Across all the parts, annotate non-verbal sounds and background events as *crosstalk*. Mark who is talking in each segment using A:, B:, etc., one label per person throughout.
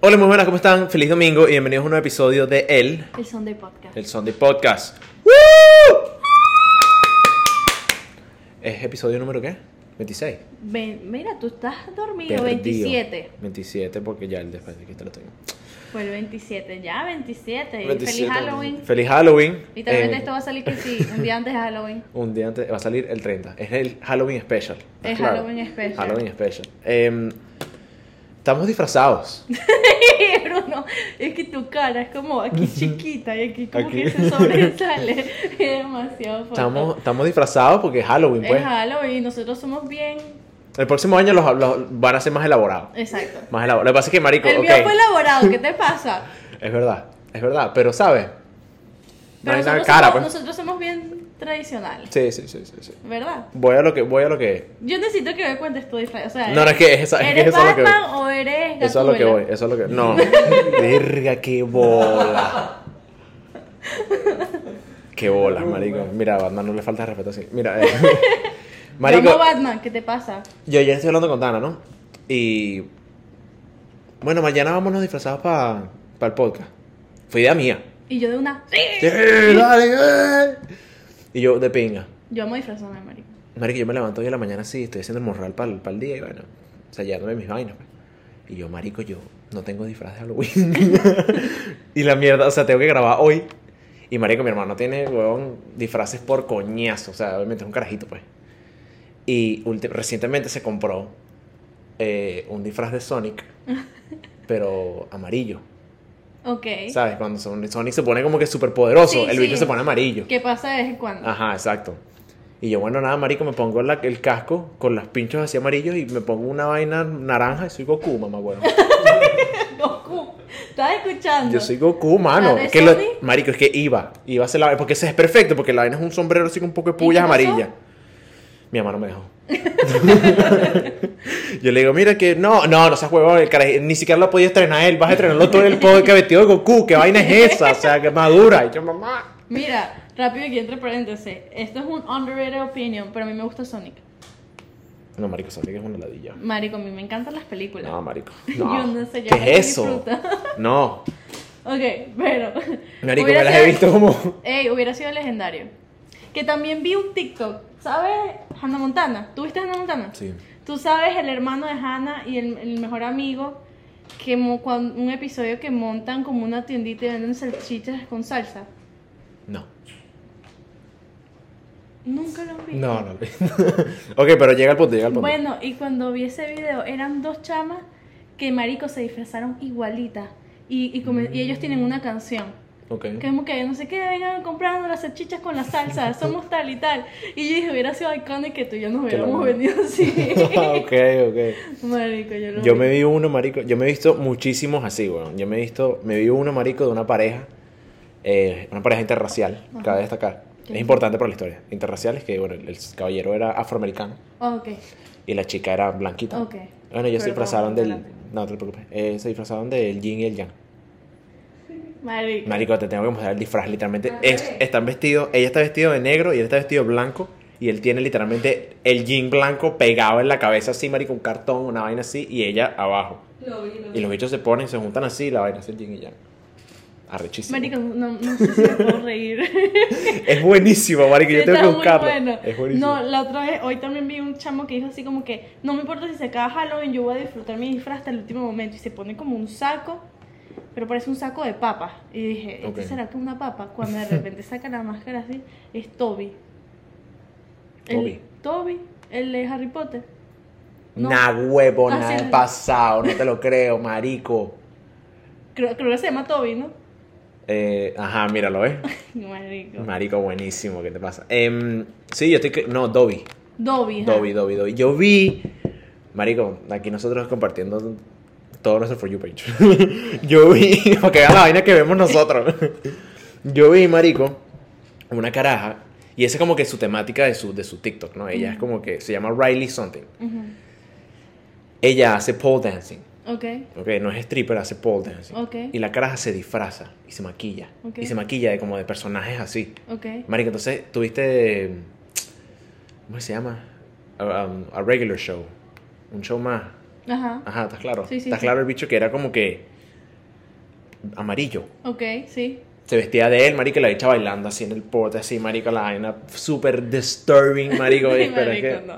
A: Hola, muy buenas, ¿cómo están? Feliz domingo y bienvenidos a un nuevo episodio de El,
B: El son de podcast.
A: el Sunday Podcast. ¿Es episodio número qué? 26.
B: Ven- mira, tú estás dormido,
A: Perdido.
B: 27.
A: 27 porque ya el después de aquí te lo tengo.
B: Fue el 27, ya 27. Y
A: 27,
B: Feliz Halloween.
A: Feliz Halloween.
B: Literalmente
A: Eh,
B: esto va a salir que sí, un día antes de Halloween.
A: Un día antes, va a salir el 30. Es el Halloween Special.
B: Es
A: Claro.
B: Halloween Special. *laughs*
A: Halloween Special. Em, estamos
B: *laughs*
A: disfrazados.
B: Bruno, es que tu cara es como aquí chiquita y aquí como
A: Aquí.
B: que se sobresale. *laughs* es demasiado fuerte.
A: Estamos, estamos disfrazados porque es Halloween,
B: Es
A: pues.
B: Halloween, nosotros somos bien.
A: El próximo año los, los van a ser más elaborados.
B: Exacto.
A: Más elaborados. Lo que pasa es que, marico,
B: El
A: ok.
B: mío fue elaborado, ¿qué te pasa?
A: Es verdad, es verdad. Pero, ¿sabes? No
B: Pero
A: hay nada
B: nosotros,
A: cara,
B: somos,
A: pues.
B: nosotros somos bien tradicionales,
A: Sí, sí, sí, sí, sí.
B: ¿verdad?
A: Voy a lo que, voy a lo que.
B: Yo necesito que me cuentes tu disfraz. O sea,
A: No, no, es que es *laughs* esa- es que
B: ¿Eres
A: eso es lo que
B: Batman o eres Gatúbela?
A: Eso es lo que voy, eso es lo que. No.
B: *laughs*
A: Verga, qué bola. Qué bolas, marico. Mira, a Batman no le falta respeto así. Mira,
B: *laughs*
A: eh.
B: Yo
A: Marico,
B: amo Batman, ¿qué te pasa?
A: yo ya estoy hablando con Dana, ¿no? Y. Bueno, mañana vámonos disfrazados para el podcast. Fue idea mía.
B: Y yo de una... ¡Sí!
A: Sí, dale, eh. Y yo de pinga.
B: Yo amo disfrazarme, marico.
A: Marico, yo me levanto hoy en la mañana así, estoy haciendo el morral para el día y bueno, o sea, llevándome mis vainas. pues. Y yo, marico, yo no tengo disfraz de Halloween. *laughs* y la mierda, o sea, tengo que grabar hoy. Y marico, mi hermano tiene, huevón, disfraces por coñazo. O sea, obviamente es un carajito, pues. Y ulti- recientemente se compró eh, un disfraz de Sonic, pero amarillo.
B: Ok.
A: ¿Sabes? Cuando son- Sonic se pone como que súper poderoso,
B: ¿Eh? Sí,
A: el
B: sí.
A: bicho se pone amarillo.
B: ¿Qué pasa de vez en cuando?
A: Ajá, exacto. Y yo, bueno, nada, marico, me pongo la- el casco con los pinchos así amarillos y me pongo una vaina naranja y soy Goku, mamá,
B: *laughs*
A: bueno.
B: *laughs* Goku, ¿estás escuchando?
A: Yo soy Goku, mano.
B: ¿La de
A: Es que lo-
B: Sony?
A: marico, es que iba. Iba a hacer la vaina. Porque ese es perfecto, porque la vaina es un sombrero así con un poco de
B: qué
A: pullas
B: pasó?
A: amarillas. Mi mamá no me
B: *laughs*
A: dejó. yo le digo, mira que no, no, no seas huevón, el carajo, ni siquiera lo podía estrenar él, vas a estrenarlo todo el podcast vestido de Goku, qué vaina es esa, o sea, que madura. Y yo, mamá.
B: Mira, rápido aquí entre paréntesis. Esto es un underrated opinion, pero a mí me gusta Sonic.
A: No, marico, Sonic es una ladilla.
B: Marico, a mí me encantan las películas.
A: No, marico.
B: *laughs* Yo no sé, yo
A: ¿Qué
B: las
A: es eso?
B: disfruto.
A: No.
B: Ok, pero...
A: *laughs* Marico,
B: Hubiera
A: me las
B: sido-
A: he visto
B: *laughs*
A: como.
B: Ey, hubiera sido legendario. Que también vi un TikTok. ¿Sabes Hannah Montana? ¿Tú viste Hannah Montana?
A: Sí.
B: Tú sabes el hermano de Hannah y el, el mejor amigo que mo- cuan- un episodio que montan como una tiendita y venden salchichas con salsa.
A: No.
B: Nunca lo vi.
A: No, *laughs* no. ok, pero llega al punto, llega al punto.
B: Bueno, y cuando vi ese video eran dos chamas que marico se disfrazaron igualitas y, y, come- y ellos tienen una canción.
A: Ok. *laughs*
B: Que como que no sé qué, vengan comprando las salchichas con la salsa, somos tal y tal. Y yo dije, hubiera sido icónico que tú y yo nos
A: Que lo
B: hubiéramos
A: hagan.
B: venido
A: *laughs*
B: así.
A: ok,
B: Marico, yo lo
A: ok. Yo
B: vi.
A: me vi uno, marico. Yo me he visto muchísimos así, weón. Yo me he visto. Me vi uno, marico, de una pareja. eh, una pareja interracial,
B: Ajá.
A: cabe destacar.
B: ¿Qué
A: Es
B: es?
A: importante para la historia. Interracial es que, bueno, el, el caballero era afroamericano
B: Ah, ok,
A: y la chica era blanquita.
B: ok.
A: Bueno, ellos se
B: Perdón,
A: disfrazaron del.
B: adelante.
A: No, no te preocupes. Eh, se disfrazaron del yin y el yang.
B: Marico.
A: Marico, te tengo que mostrar el disfraz, literalmente.
B: Ah,
A: Es-
B: ok.
A: están vestidos, ella está vestida de negro y él está vestido de blanco. Y él tiene literalmente el jean blanco pegado en la cabeza así, marico, un cartón, una vaina así, y ella abajo.
B: Lo vi, lo
A: Y los bichos se ponen, se juntan así, y la vaina es el jean y ya. Arrechísimo.
B: Marico, no, no sé si me puedo reír.
A: *laughs* Es buenísimo, marico, yo
B: *laughs* Está
A: tengo que
B: muy
A: buscarlo.
B: bueno.
A: Es buenísimo.
B: No, la otra vez, hoy también vi un chamo que dijo así como que no me importa si se acaba Halloween, yo voy a disfrutar mi disfraz hasta el último momento. Y se pone como un saco, pero parece un saco de papas. Y dije, ¿este
A: Ok.
B: será que es una papa? Cuando de repente saca la máscara así, es Toby. El-
A: Toby.
B: Toby, el de Harry Potter. no.
A: Nah, huevo,
B: Ah,
A: nada
B: sí.
A: he pasado, no te
B: *laughs*
A: lo creo, marico.
B: Creo, creo que se llama Toby, ¿no? *laughs*
A: Eh, ajá, míralo, ¿eh?
B: Marico.
A: Marico, buenísimo, ¿qué te pasa? Em, sí, yo estoy. que- No, Dobby.
B: Dobby. ajá.
A: Dobby, Dobby, Dobby. Yo vi, marico, aquí nosotros compartiendo todo nuestro For You page. *laughs* Yo vi, *laughs* para que vean la vaina que vemos nosotros. *laughs* Yo vi, marico, una caraja, y esa es como que su temática de su, de su TikTok, ¿no? Ella
B: Mm.
A: es como que, se llama Riley something.
B: Ujú.
A: Ella hace pole dancing,
B: Ok.
A: ¿ok? No es stripper, hace pole dancing.
B: Ok.
A: Y la caraja se disfraza y se maquilla.
B: Ok.
A: Y se maquilla de, como de personajes así.
B: Ok.
A: Marico, entonces tuviste. ¿Cómo se llama? A, um, a regular show. Un show más.
B: Ajá.
A: Ajá, ¿estás claro?
B: Sí, sí,
A: ¿Estás
B: sí.
A: claro el bicho que era como que amarillo.
B: Ok, sí.
A: Se vestía de él, marico, y la bicha bailando así en el porte, así, marico, la vaina súper disturbing,
B: *laughs*
A: marico.
B: Ay,
A: y- pero es
B: marico,
A: que...
B: no.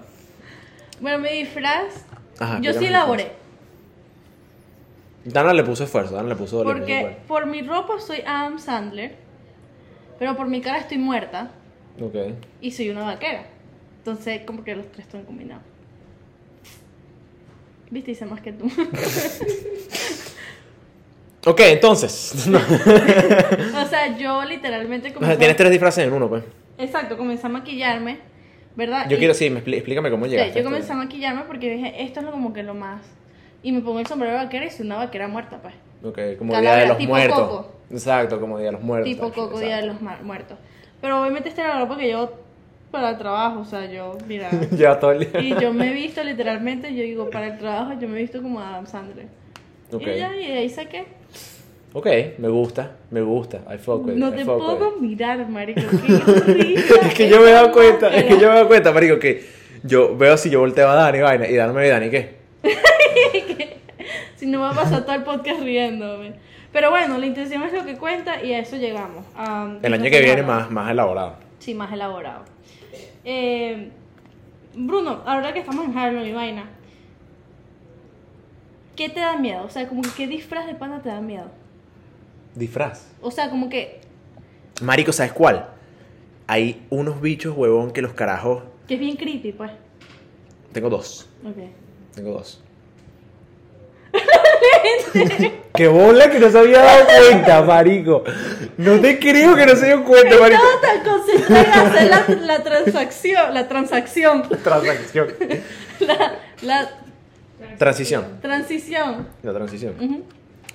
B: Bueno, mi disfraz,
A: Ajá,
B: yo sí
A: explícame
B: elaboré.
A: entonces. Dana le puso esfuerzo, Dana le puso... le puso
B: Porque por mi ropa soy Adam Sandler, pero por mi cara estoy muerta
A: esfuerzo. pues. Ok.
B: y soy una vaquera. Entonces, como que los tres están combinados. Viste, hice más que tú. *laughs*
A: Ok, entonces. *laughs* No,
B: o sea, yo literalmente
A: o sea,
B: comencé...
A: Tienes tres disfraces en uno, pues.
B: Exacto, comencé a maquillarme, ¿verdad?
A: Yo
B: Ah, Y-
A: quiero, sí, me expli- explícame cómo
B: Sí,
A: llegaste.
B: yo comencé a maquillarme porque dije, esto es lo- como que lo más. Y me pongo el sombrero de vaquera y soy una vaquera muerta, pues.
A: Ok, como
B: Calavera,
A: Día de los
B: tipo
A: Muertos.
B: Coco.
A: Exacto, como Día de los Muertos.
B: tipo Coco,
A: exacto.
B: Día de los Mar- Muertos. Pero obviamente esta era la ropa que yo para el trabajo, o sea, yo,
A: *laughs*
B: mira.
A: Lleva todo el día.
B: y yo me he visto literalmente, yo digo, para el trabajo, yo me he visto como Adam Sandler.
A: Ok,
B: Y ya, y de ahí saqué.
A: ok, me gusta, me gusta. I fuck with it,
B: no
A: I
B: te
A: fuck
B: *laughs*
A: with
B: puedo
A: it. *laughs*
B: mirar, marico. qué risa
A: Es que yo me he dado
B: esa
A: cuenta, es que
B: máscara.
A: yo me he dado cuenta, marico, que yo veo si yo volteo a Dani, vaina, y Dani me ve, Dani, ¿qué?
B: Si no va a pasar todo el podcast riéndome. Pero bueno, la intención es lo que cuenta y a eso llegamos. a-
A: El año que viene
B: elaborado.
A: más, más elaborado.
B: Sí, más elaborado. Eh, Bruno, ahora que estamos en Halloween y vaina, ¿qué te da miedo? O sea, como que qué disfraz de pana te da miedo.
A: Disfraz.
B: O sea, como que,
A: Marico, ¿sabes cuál? Hay unos bichos, huevón, que los carajos...
B: que es bien creepy, pues.
A: Tengo dos,
B: Ok.
A: tengo dos. *laughs* ¡Qué bola que no se había dado cuenta, marico! No te creo que no se dio cuenta, marico.
B: Estaba tan concentrada en hacer la, la transacción, la transacción,
A: Transacción.
B: la, la
A: Transición.
B: transición.
A: La transición.
B: Ujú.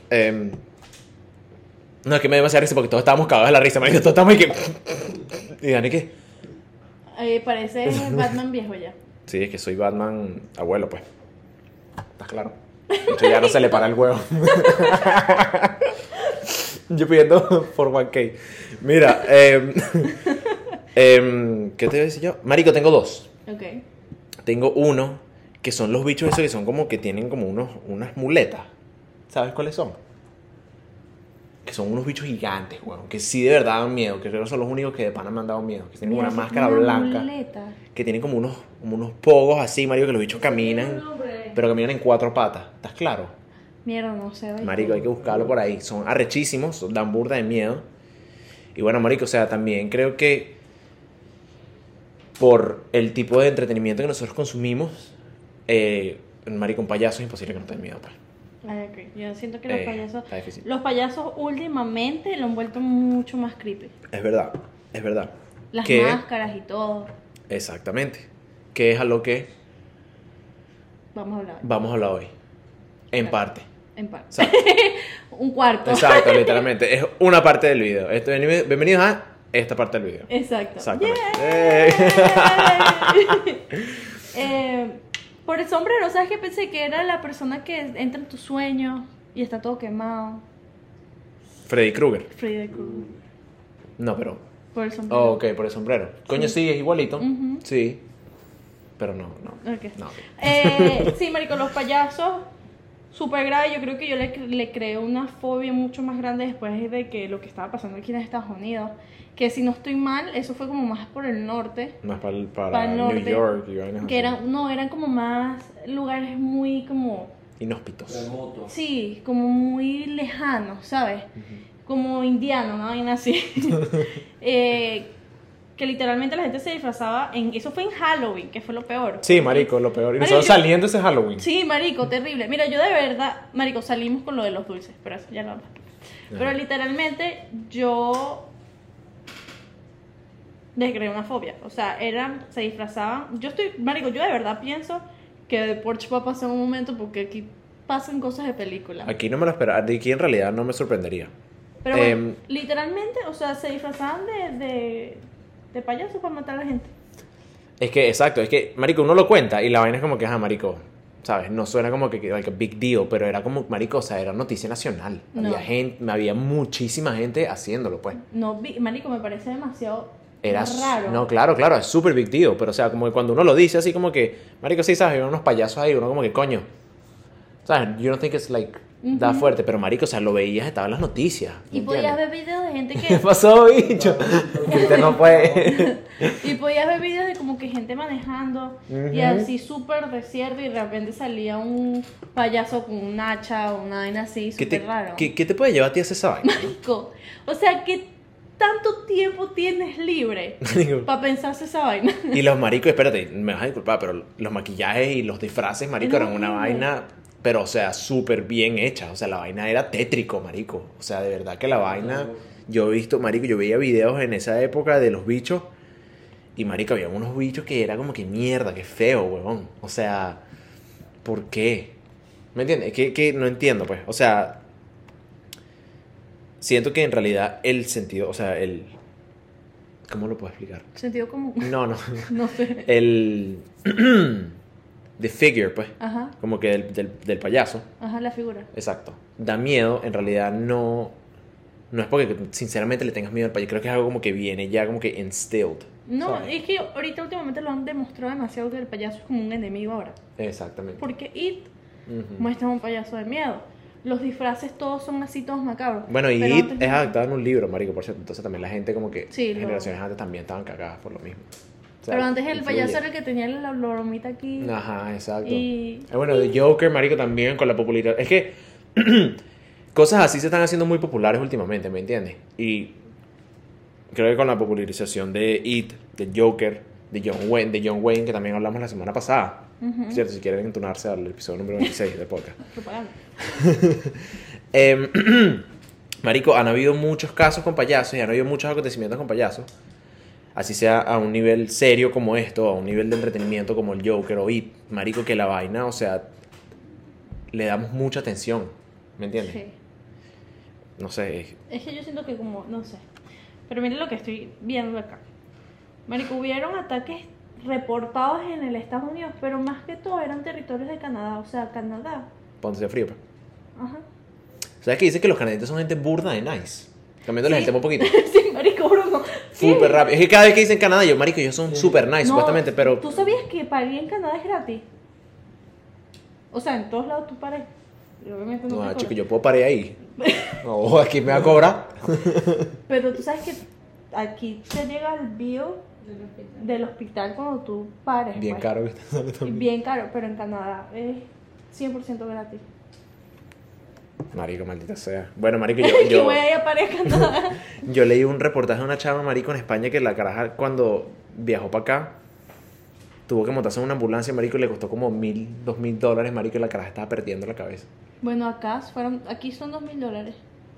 A: Em, no, es que me dio demasiada risa porque todos estábamos cagados de la risa, marico. Todos estábamos y que... ¿Y Dani qué?
B: Eh, parece Batman viejo ya.
A: Sí, es que soy Batman abuelo, pues. ¿Estás claro? Entonces ya no se le para el huevo. *laughs* Yo pidiendo por 1K. Mira, em, *laughs* em, ¿qué te voy a decir yo? Marico, tengo dos.
B: Ok.
A: Tengo uno que son los bichos esos que son como que tienen como unos, unas muletas. ¿Sabes cuáles son? Que son unos bichos gigantes, weón. Que sí de verdad dan miedo. Que creo que son los únicos que de pana me han dado miedo. Que tienen
B: Mira,
A: una
B: es
A: máscara
B: una
A: blanca
B: muleta.
A: que tienen como unos, como unos pogos así, marico, que los bichos caminan, pero caminan en cuatro patas, ¿estás claro?
B: Mierda, no sé. oye,
A: Marico, hay que buscarlo por ahí, son arrechísimos, son- dan burda de miedo. Y bueno, marico, o sea, también creo que por el tipo de entretenimiento que nosotros consumimos, eh, marico, un payaso es imposible que no te dé miedo, pues.
B: I agree. Ah, Yo siento que los
A: Eh,
B: payasos.
A: está difícil.
B: Los payasos últimamente lo han vuelto mucho más creepy.
A: Es verdad, es verdad.
B: Las
A: Que-
B: máscaras y todo.
A: Exactamente, que es a lo que
B: Vamos a hablar
A: vamos a hablar hoy, en
B: Claro.
A: parte.
B: en par.
A: O sea,
B: Un cuarto.
A: Exacto, literalmente. Es una parte del video. Esto- bienvenido- Bienvenidos a esta parte del video.
B: *laughs* Exacto.
A: Exactamente.
B: Yay. *laughs* Eh, por el sombrero, ¿sabes qué pensé? Que era la persona que entra en tus sueños y está todo quemado.
A: Freddy Krueger.
B: Freddy Krueger.
A: No, pero.
B: Por el sombrero.
A: Oh, ok, por el sombrero. Coño, sí, es igualito.
B: Ujú.
A: Sí. Pero no, no.
B: Ok.
A: No. *laughs*
B: Eh, sí, marico, los payasos, súper grave. Yo creo que yo le, le creé una fobia mucho más grande después de que lo que estaba pasando aquí en Estados Unidos. Que si no estoy mal, eso fue como más por el norte.
A: Más para, el- para
B: Para el
A: New
B: norte,
A: York y vainas así.
B: Que eran, no, eran como más lugares muy como,
A: Inhóspitos.
B: sí, como muy lejanos, ¿sabes? Como indiano, ¿no?
A: *laughs*
B: Vaina así. *laughs* Eh, que literalmente la gente se disfrazaba en... Eso fue en Halloween, que fue lo peor.
A: Sí, marico, lo peor. Y
B: Marico,
A: nosotros
B: yo-
A: saliendo ese Halloween.
B: Sí, marico, terrible. Mira, yo de verdad, marico, salimos con lo de los dulces, pero eso ya no. Pero literalmente yo les creé una fobia. O sea, eran, se disfrazaban. Yo estoy, marico, yo de verdad pienso que de Porch va a pasar un momento porque aquí pasan cosas de película.
A: Aquí no me lo esperaba. De aquí en realidad no me sorprendería.
B: Pero bueno,
A: Em.
B: literalmente, o sea, se disfrazaban de, de, de payasos para matar a la gente.
A: Es que, exacto, es que, marico, uno lo cuenta y la vaina es como que, ajá, marico, ¿sabes? No suena como que, like a big deal, pero era como, marico, o sea, era noticia nacional.
B: No.
A: Había gente, había muchísima gente haciéndolo, pues.
B: No, vi- marico, me parece demasiado
A: Era,
B: raro.
A: no, claro, claro, es súper big deal, pero o sea, como que cuando uno lo dice así como que, marico, sí, ¿sabes? Hay unos payasos ahí, uno como que, coño, ¿sabes? You don't think it's like da fuerte, pero marico, o sea, lo veías, estaban las noticias. ¿me
B: Y podías
A: entiendes?
B: ver videos de gente
A: *laughs* ¿Qué
B: que...
A: pasó,
B: *laughs*
A: bicho? Twitter no puede.
B: y podías ver videos de como que gente manejando y
A: Ujú.
B: así súper desierto y de repente salía un payaso con un hacha o una vaina así
A: ¿Qué te,
B: súper raro.
A: qué- qué te puede llevar a ti a hacer esa vaina? *laughs*
B: Marico, o sea, ¿qué tanto tiempo tienes libre
A: Marico.
B: para pensarse esa vaina? *laughs*
A: Y los maricos, espérate, me vas a disculpar, pero los maquillajes y los disfraces, marico, eran una
B: No.
A: vaina, pero o sea, súper bien hecha. O sea, la vaina era tétrico, marico. O sea, de verdad que la vaina, yo he visto, marico, yo veía videos en esa época de los bichos. Y marico, había unos bichos que era como que mierda, que feo, huevón. O sea, ¿por qué? ¿Me entiendes? Que, que no entiendo, pues. O sea, siento que en realidad el sentido, o sea, el... ¿Cómo lo puedo explicar?
B: Sentido común. *laughs*
A: No, no
B: No sé.
A: el *clears throat* the figure, pues,
B: Ajá,
A: como que del, del- del payaso,
B: ajá, la figura.
A: exacto. Da miedo, en realidad no no es porque sinceramente le tengas miedo al payaso, creo que es algo como que viene ya como que instilled.
B: No,
A: ¿sabes?
B: es que ahorita últimamente lo han demostrado demasiado que el payaso es como un enemigo ahora.
A: Exactamente.
B: Porque It
A: Ujú.
B: muestra un payaso de miedo. Los disfraces todos son así, todos macabros.
A: Bueno, y
B: Pero
A: It
B: antes
A: es
B: no.
A: adaptado en un libro, marico, por cierto, entonces también la gente como que
B: Sí, lo-
A: generaciones antes también estaban cagadas por lo mismo. O sea,
B: Pero antes el
A: influye.
B: payaso era el que tenía la la bromita aquí.
A: Ajá, exacto.
B: Y-
A: Ah, Bueno, de Joker, marico, también con la popularidad. Es que *clears throat* cosas así se están haciendo muy populares últimamente, ¿me entiendes? Y creo que con la popularización de It, de Joker, de John Wayne, de John Wayne, que también hablamos la semana pasada.
B: Ujú.
A: ¿Cierto? Si quieren entonarse al episodio número 26 del podcast.
B: Propaganda.
A: Em, *clears throat* marico, han habido muchos casos con payasos y han habido muchos acontecimientos con payasos. Así sea a un nivel serio como esto, a un nivel de entretenimiento como el Joker o It, marico, que la vaina, o sea, le damos mucha atención. ¿Me entiendes?
B: Sí.
A: No sé. es-
B: Es que yo siento que como, no sé. Pero miren lo que estoy viendo acá. Marico, hubieron ataques reportados en el Estados Unidos, pero más que todo eran territorios de Canadá, o sea, Canadá.
A: Pónganse frío. pues.
B: Ajá. *laughs*
A: ¿Sabes que dicen que los canadienses son gente burda de nice? Cambiándoles
B: Sí.
A: el tema un
B: *laughs*
A: poquito.
B: Sí, marico, Bruno. Sí.
A: Súper rápido. Es que cada vez que dicen Canadá, yo, marico, ellos son súper nice,
B: No,
A: supuestamente, pero...
B: ¿Tú sabías que pagué en Canadá es gratis? O sea, en todos lados tú pares. Y obviamente no
A: No,
B: te
A: chico,
B: cobran.
A: yo puedo parar
B: *laughs*
A: ahí. No, aquí me va a cobrar.
B: Pero tú sabes que aquí te llega el bio del hospital cuando tú pares.
A: Bien
B: pues.
A: caro que está saliendo
B: Y Bien caro, pero en Canadá es 100% gratis.
A: Marico, maldita sea. Bueno, marico,
B: *laughs* Que
A: *laughs* yo, yo,
B: voy a ir a parir a Canadá. *laughs*
A: yo leí un reportaje de una chava, marico, en España que la caraja cuando viajó para acá tuvo que montarse en una ambulancia, marico, y le costó como mil, dos mil dólares, marico, y la caraja estaba perdiendo la cabeza
B: bueno, acá fueron, aquí son 2 mil dólares.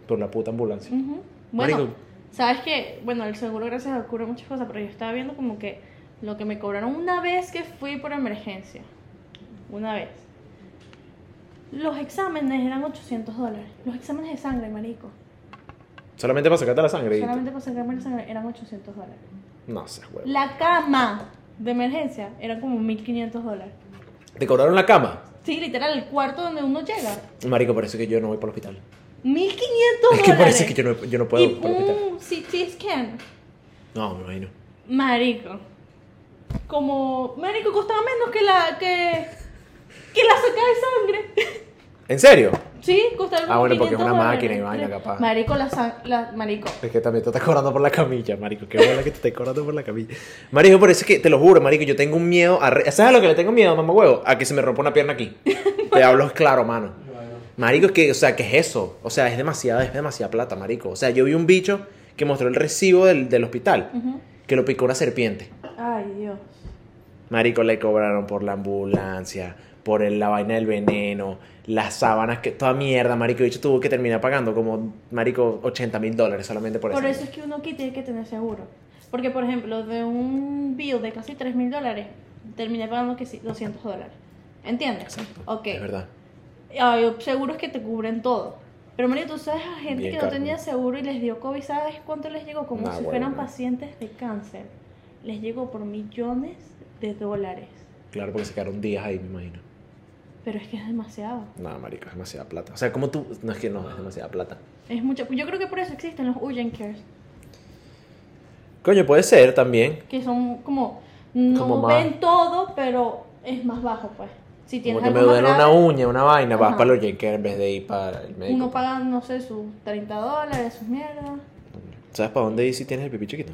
A: por la puta ambulancia.
B: Ujú. Bueno,
A: Marico.
B: sabes que, bueno, el seguro gracias a Dios cubre muchas cosas, pero yo estaba viendo como que lo que me cobraron una vez que fui por emergencia. Una vez. Los exámenes eran 800 dólares. Los exámenes de sangre, marico.
A: Solamente para sacarte la sangre. y-
B: Solamente para sacarme la sangre eran 800 dólares.
A: No seas huevo.
B: La cama de emergencia era como 1500 dólares.
A: ¿Te cobraron la cama?
B: Sí, literal, el cuarto donde uno llega.
A: Marico, por eso es que yo no voy para el hospital.
B: 1500
A: *laughs* Es
B: dólares.
A: que por eso es que yo no, yo no puedo
B: Y
A: ir para el hospital.
B: un CT scan.
A: No, me imagino.
B: Marico. Como. Marico, costaba menos que la. que. que la saca de sangre. *laughs*
A: ¿En serio?
B: Sí, costaba
A: Ah, bueno, porque es
B: 500
A: una
B: dólares.
A: máquina y vaina, capaz.
B: Marico, la sang- la Marico.
A: Es que también te estás cobrando por la camilla, marico. Qué buena que te estés cobrando por la camilla. Marico, por eso es que, te lo juro, marico, yo tengo un miedo a... re- ¿Sabes a lo que le tengo miedo, mamá huevo? A que se me rompa una pierna
B: *laughs*
A: aquí. te hablo claro, mano. Marico, es que, o sea, ¿qué es eso? O sea, es demasiada, es demasiada plata, marico. O sea, yo vi un bicho que mostró el recibo del, del hospital,
B: Ujú.
A: que lo picó una serpiente.
B: Ay, Dios.
A: Marico, le cobraron por la ambulancia, por el- la vaina del veneno, las sábanas, que toda mierda, marico. Bicho tuvo que terminar pagando como, marico, 80 mil dólares solamente por,
B: Por
A: eso.
B: eso es que uno aquí tiene que tener seguro. Porque, por ejemplo, de un bill de casi 3 mil dólares, terminé pagando que sí, 200 dólares. ¿Entiendes?
A: Exacto.
B: Ok.
A: Es verdad.
B: Ay, seguros que te cubren todo. Pero María, tú sabes a gente
A: Bien
B: que
A: caro.
B: no tenía seguro y les dio COVID, ¿sabes cuánto les llegó? Como
A: Nah,
B: si
A: bueno,
B: fueran
A: no.
B: pacientes de cáncer. Les llegó por millones de dólares.
A: Claro, porque se quedaron días ahí, me imagino.
B: Pero es que es demasiado.
A: No, marico, es demasiada plata. O sea, como tú... No, es que no, es demasiada plata.
B: Es mucho. Yo creo que por eso existen los urgent cares,
A: Coño, puede ser también.
B: que son como no
A: Como más-
B: ven todo, pero es más bajo, pues. Si
A: Como
B: tienes
A: que me
B: algo más
A: duele una
B: grave,
A: uña, una vaina, vas
B: Ajá.
A: para el urgent care en vez de ir para el médico.
B: Uno paga, no sé, sus 30 dólares, sus mierdas.
A: ¿Sabes para dónde ir si tienes el pipí chiquito?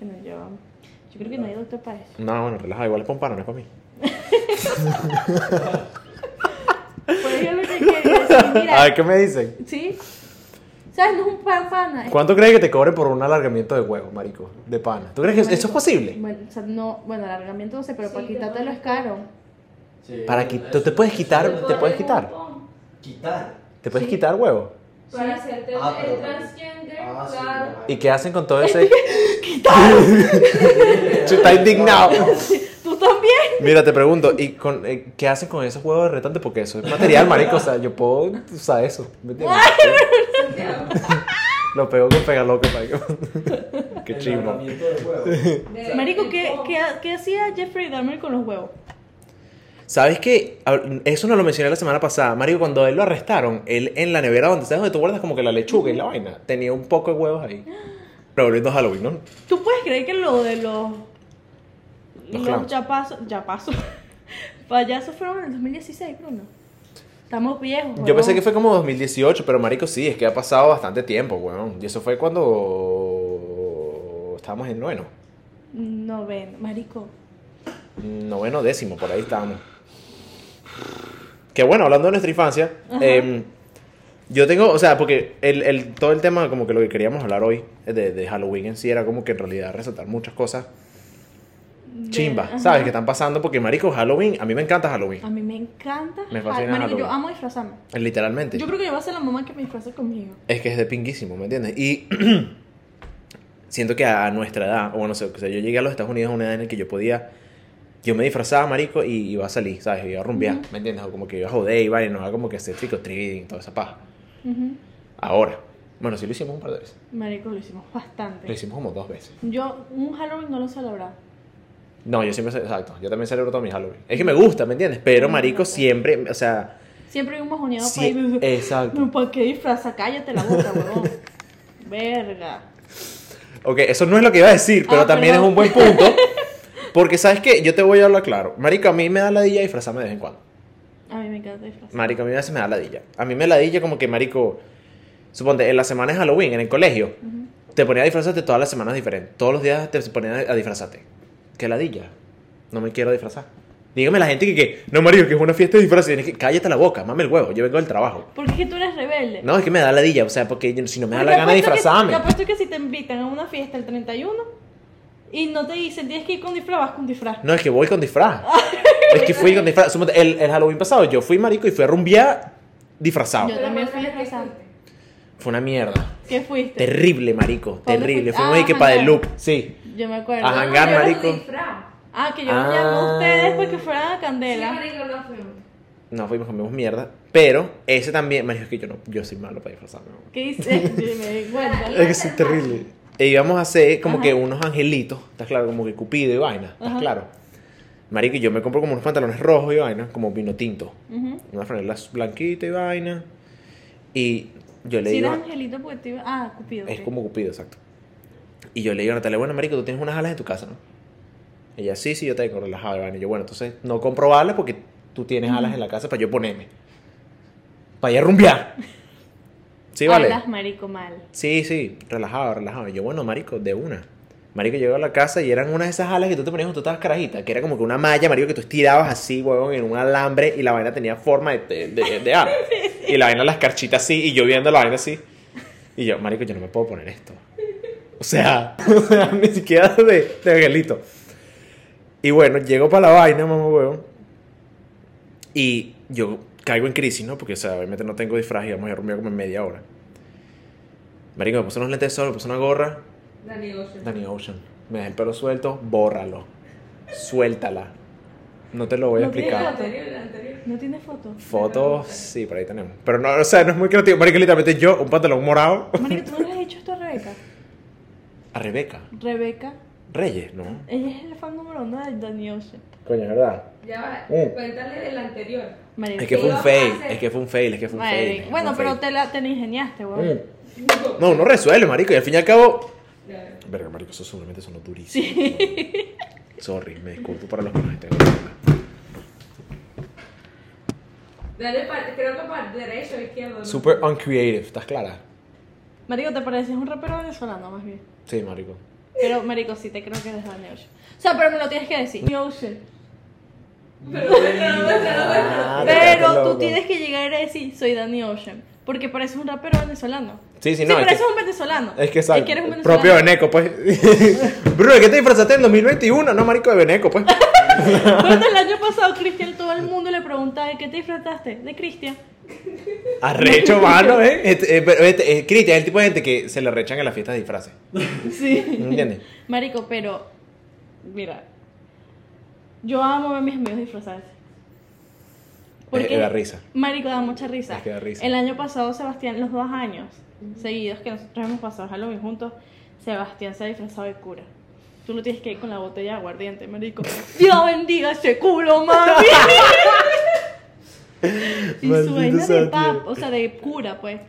B: Bueno, yo, yo creo que no hay doctor para
A: *laughs*
B: eso.
A: No, bueno, relaja, igual es para un pana, no es para mí.
B: Pues yo lo que quería decir,
A: A ver,
B: mira,
A: ¿qué me dicen?
B: ¿sí? ¿Sabes? No es un pan pana. es-
A: ¿Cuánto crees que te cobren por un alargamiento de huevo, marico? De pana. ¿Tú crees que eso es posible?
B: Bueno, o sea, no, bueno, alargamiento no sé, pero
C: Sí,
B: para
C: te
B: quitártelo
C: van.
B: es caro.
C: Sí,
A: Para
C: bueno,
A: qui- tú te
C: eso-
A: puedes quitar-
C: eso-
A: te puedes quitar.
C: Quitar.
A: ¿Te puedes
B: Sí.
A: quitar huevo?
D: Para hacerte
C: Ah,
D: el
C: pero-
D: transgender,
C: Ah, sí,
D: claro.
C: ajá.
A: ¿Y qué hacen con
B: *laughs*
A: todo ese...? Tú estás
C: *laughs*
A: indignado.
B: ¿Tú
A: *laughs*
B: también?
A: Mira, te pregunto, ¿y con, eh, qué hacen con esos huevos retantes? Porque eso es material, marico. O sea, yo puedo usar eso. ¿me entiendes? Lo pego con pegaloco, marico. Qué
C: El
A: chimbo.
C: alargamiento del
A: *laughs*
C: huevo.
D: De-
B: Marico, ¿qué,
D: tipo,
B: qué, qué hacía Jeffrey Dahmer con los huevos?
A: ¿Sabes qué? Hab- Eso no lo mencioné la semana pasada. Mario, cuando a él lo arrestaron, él en la nevera donde sabes donde tú guardas como que la lechuga y la vaina, tenía un poco de huevos ahí. Pero volviendo a Halloween, ¿no?
B: ¿Tú puedes creer que lo de los.
A: Los
B: Los,
A: clowns.
B: yapazos. Yapazos. *laughs* payasos fueron en el 2016, Bruno. Estamos viejos.
A: Yo pensé
B: huevón.
A: que fue como 2018, pero Marico sí, es que ha pasado bastante tiempo, weón. Y eso fue cuando estábamos en noveno.
B: No ven, Marico.
A: Noveno, décimo, por ahí estábamos. Que bueno, hablando de nuestra infancia,
B: Ajá.
A: eh, yo tengo, o sea, porque el, el- todo el tema, como que lo que queríamos hablar hoy eh, de, de Halloween en sí, era como que en realidad resaltar muchas cosas
B: de-
A: chimba,
B: ajá.
A: ¿sabes? Que están pasando porque, marico, Halloween, a mí me encanta Halloween,
B: A mí me encanta.
A: Me
B: Hall-
A: fascina
B: Marico, yo
A: Halloween.
B: amo disfrazarme.
A: literalmente.
B: Yo creo que yo voy a ser la mamá que me disfraza conmigo.
A: Es que es de pinguísimo, ¿me entiendes? Y *clears throat* siento que a nuestra edad, o bueno, no sé, o sea, yo llegué a los Estados Unidos a una edad en la que yo podía, yo me disfrazaba, marico, y iba a salir, ¿sabes? Iba a rumbear, ¿me entiendes? O como que iba a joder, iba y nos iba como que hacer trick or treating, toda esa paja.
B: Ujú.
A: Ahora, bueno, sí lo hicimos un par de veces.
B: Marico, lo hicimos bastante.
A: Lo hicimos como dos veces.
B: Yo un Halloween no lo he celebrado.
A: No, yo siempre, ce- exacto, yo también celebro todo mi Halloween. Es que me gusta, ¿me entiendes? Pero, marico, siempre, o sea...
B: Siempre hay un mojoneado
A: sí-
B: para ir.
A: exacto.
B: No, ¿para qué disfraza? Cállate la boca, huevón. *laughs* Verga.
A: Ok, eso no es lo que iba a decir, pero
B: Ah,
A: también
B: perdón.
A: es un buen
B: *laughs*
A: punto. Porque, ¿sabes qué? Yo te voy a hablar claro. Marico, a mí me da ladilla disfrazarme de vez en cuando.
B: A mí me encanta disfrazar.
A: Marico, a mí a veces me da ladilla. A mí me ladilla como que, marico... Suponte, en la semana de Halloween, en el colegio,
B: Ujú.
A: te ponía a disfrazarte todas las semanas diferentes. Todos los días te ponían a disfrazarte. ¿Qué ladilla? No me quiero disfrazar. Dígame la gente que, que no, marico, que es una fiesta de disfraces. Tienes que, cállate la boca, mame el huevo, yo vengo del trabajo.
B: Porque es que tú eres rebelde.
A: No, es que me da ladilla, o sea, porque yo- si no me da la
B: Porque
A: gana de
B: apuesto que-
A: disfrazarme.
B: Te apuesto que si te invitan a una fiesta el 31 y no te dicen tienes que ir con disfraz, vas con disfraz.
A: No, es que voy con
B: *laughs*
A: disfraz. es que fui con disfraz. Suponte, El, el Halloween pasado, yo fui marico y fui a rumbear disfrazado.
B: Yo también fui
D: Pero
B: disfrazada.
A: Fue una mierda.
B: ¿Qué fuiste?
A: Terrible, marico.
B: ¿Dónde
A: Terrible.
B: fuiste?
A: Fuimos
B: Ah,
A: ahí que para el
B: janguear.
A: loop. Sí.
B: Yo me acuerdo.
A: A
D: No,
A: janguear,
D: yo era
A: marico.
D: un disfraz.
B: Ah, que yo los
A: Ah.
B: llamé a ustedes para que fueran a
D: Sí,
B: Candela.
D: marico, no fuimos.
A: No, fuimos, comimos mierda. Pero ese también, marico, es que yo no, yo soy malo para disfrazarme. weón.
B: ¿Qué
A: *laughs*
B: dices? Yo me di cuenta.
D: Es que
A: soy terrible. E íbamos a hacer como
B: Ajá.
A: que unos angelitos, ¿estás claro? Como que cupido y vaina, ¿estás
B: Ajá.
A: claro? Marico, yo me compro como unos pantalones rojos y vaina, como vino tinto.
B: Ujú.
A: Una franela blanquita y vaina. Y yo le
B: Sí,
A: digo...
B: era Angelito porque te iba- Ah, Cupido.
A: Es
B: ok.
A: como Cupido, exacto. Y yo le digo a Natalia, bueno, marico, tú tienes unas alas en tu casa, ¿no? Ella, sí, sí, yo tengo relajada, Iván. Y yo, bueno, entonces no compro alas porque tú tienes alas en la casa para yo ponerme. Para ir a rumbear. Sí, vale.
B: Hablas, marico, mal.
A: Sí, sí, relajado, relajado. Y yo, bueno, marico, de una. Marico llegó a la casa y eran una de esas alas que tú te ponías cuando tú estabas carajita, que era como que una malla, marico, que tú estirabas así, huevón, en un alambre y la vaina tenía forma de, de, de- de ala. Y la vaina las carchitas así y yo viendo la vaina así. Y yo, marico, yo no me puedo poner esto. O sea, *laughs* o sea, ni siquiera de, de angelito. Y bueno, llego para la vaina, mamá, huevón. Y yo caigo en crisis, ¿no? Porque, o sea, obviamente no tengo disfraz y vamos a ir a rumbear como en media hora. Marico, me puse unos lentes de sol, me puse una gorra.
D: Dani Ocean.
A: Danny Ocean. Me dejé el pelo suelto, bórralo. Suéltala. No te lo voy a
B: No tiene
D: El
A: explicar.
B: foto.
D: anterior, el anterior.
B: ¿No tiene foto?
A: Fotos, sí, por ahí tenemos. Pero no, o sea, no es muy creativo. Marico, literalmente yo, un pantalón morado.
B: Marico, ¿tú no le has hecho esto a Rebeca?
A: A Rebeca.
B: Rebeca,
A: Reyes, ¿no?
B: ella es el fan número uno de Danny Ocean.
A: Coño, es verdad.
D: Ya va,
A: Mm.
D: cuéntale del anterior.
B: Marico.
A: Es que fue un
D: Lo
A: fail,
D: hace.
A: es que fue un fail, es que fue un
B: Madre,
A: fail.
B: Bueno,
A: fue
B: pero
A: un
B: te la, te la ingeniaste,
A: fail.
B: weón.
A: Mm. No, uno resuelve, marico, y al fin y al cabo...
D: *laughs* Ya va.
A: Verga,
B: *laughs*
A: marico, eso seguramente sonó durísimo. Sorry, me disculpo para los que nos estén
D: Dale para, creo que para derecho o izquierdo. ¿no?
A: Super uncreative, ¿estás clara?
B: Marico, te pareces un rapero venezolano más bien.
A: Sí, marico.
B: Pero, Marico, sí te creo que eres Danny Ocean. O sea, pero me lo tienes que decir. Danny Ocean.
D: *laughs* Pero, pero, no, pero,
A: Ah, te quedaste
B: Pero
A: loco.
B: tú tienes que llegar a decir, soy Danny Ocean. Porque pareces un rapero venezolano.
A: Sí, sí,
B: Sí,
A: no.
B: pero
A: es, que,
B: eso es un venezolano.
A: es que
B: es
A: exacto.
B: que eres un venezolano.
A: propio de Beneco, pues. *laughs* Bruno, ¿qué te disfrazaste en 2021? No, marico, de Beneco, pues.
B: Cuando el año pasado Cristian todo el mundo le preguntaba ¿de qué te disfrataste? De Cristian.
A: Arrecho, mano, ¿eh? Este, eh, pero este, eh, Cristian es el tipo de gente que se le rechan en las fiestas de disfraces.
B: Sí. *laughs*
A: ¿Entiendes?
B: Marico, pero mira. Yo amo ver a mis amigos disfrazados.
A: Eh, da risa.
B: Marico, da mucha risa.
A: Es que da risa.
B: El año pasado, Sebastián, los dos años seguidos que nosotros hemos pasado Halloween juntos, Sebastián se ha disfrazado de cura. Tú lo tienes que ir con la botella de aguardiente,
A: *laughs*
B: marico. Dios bendiga ese culo, mami. y su
A: Maldito
B: vaina de
A: Sebastián.
B: pap, o sea, de cura, pues.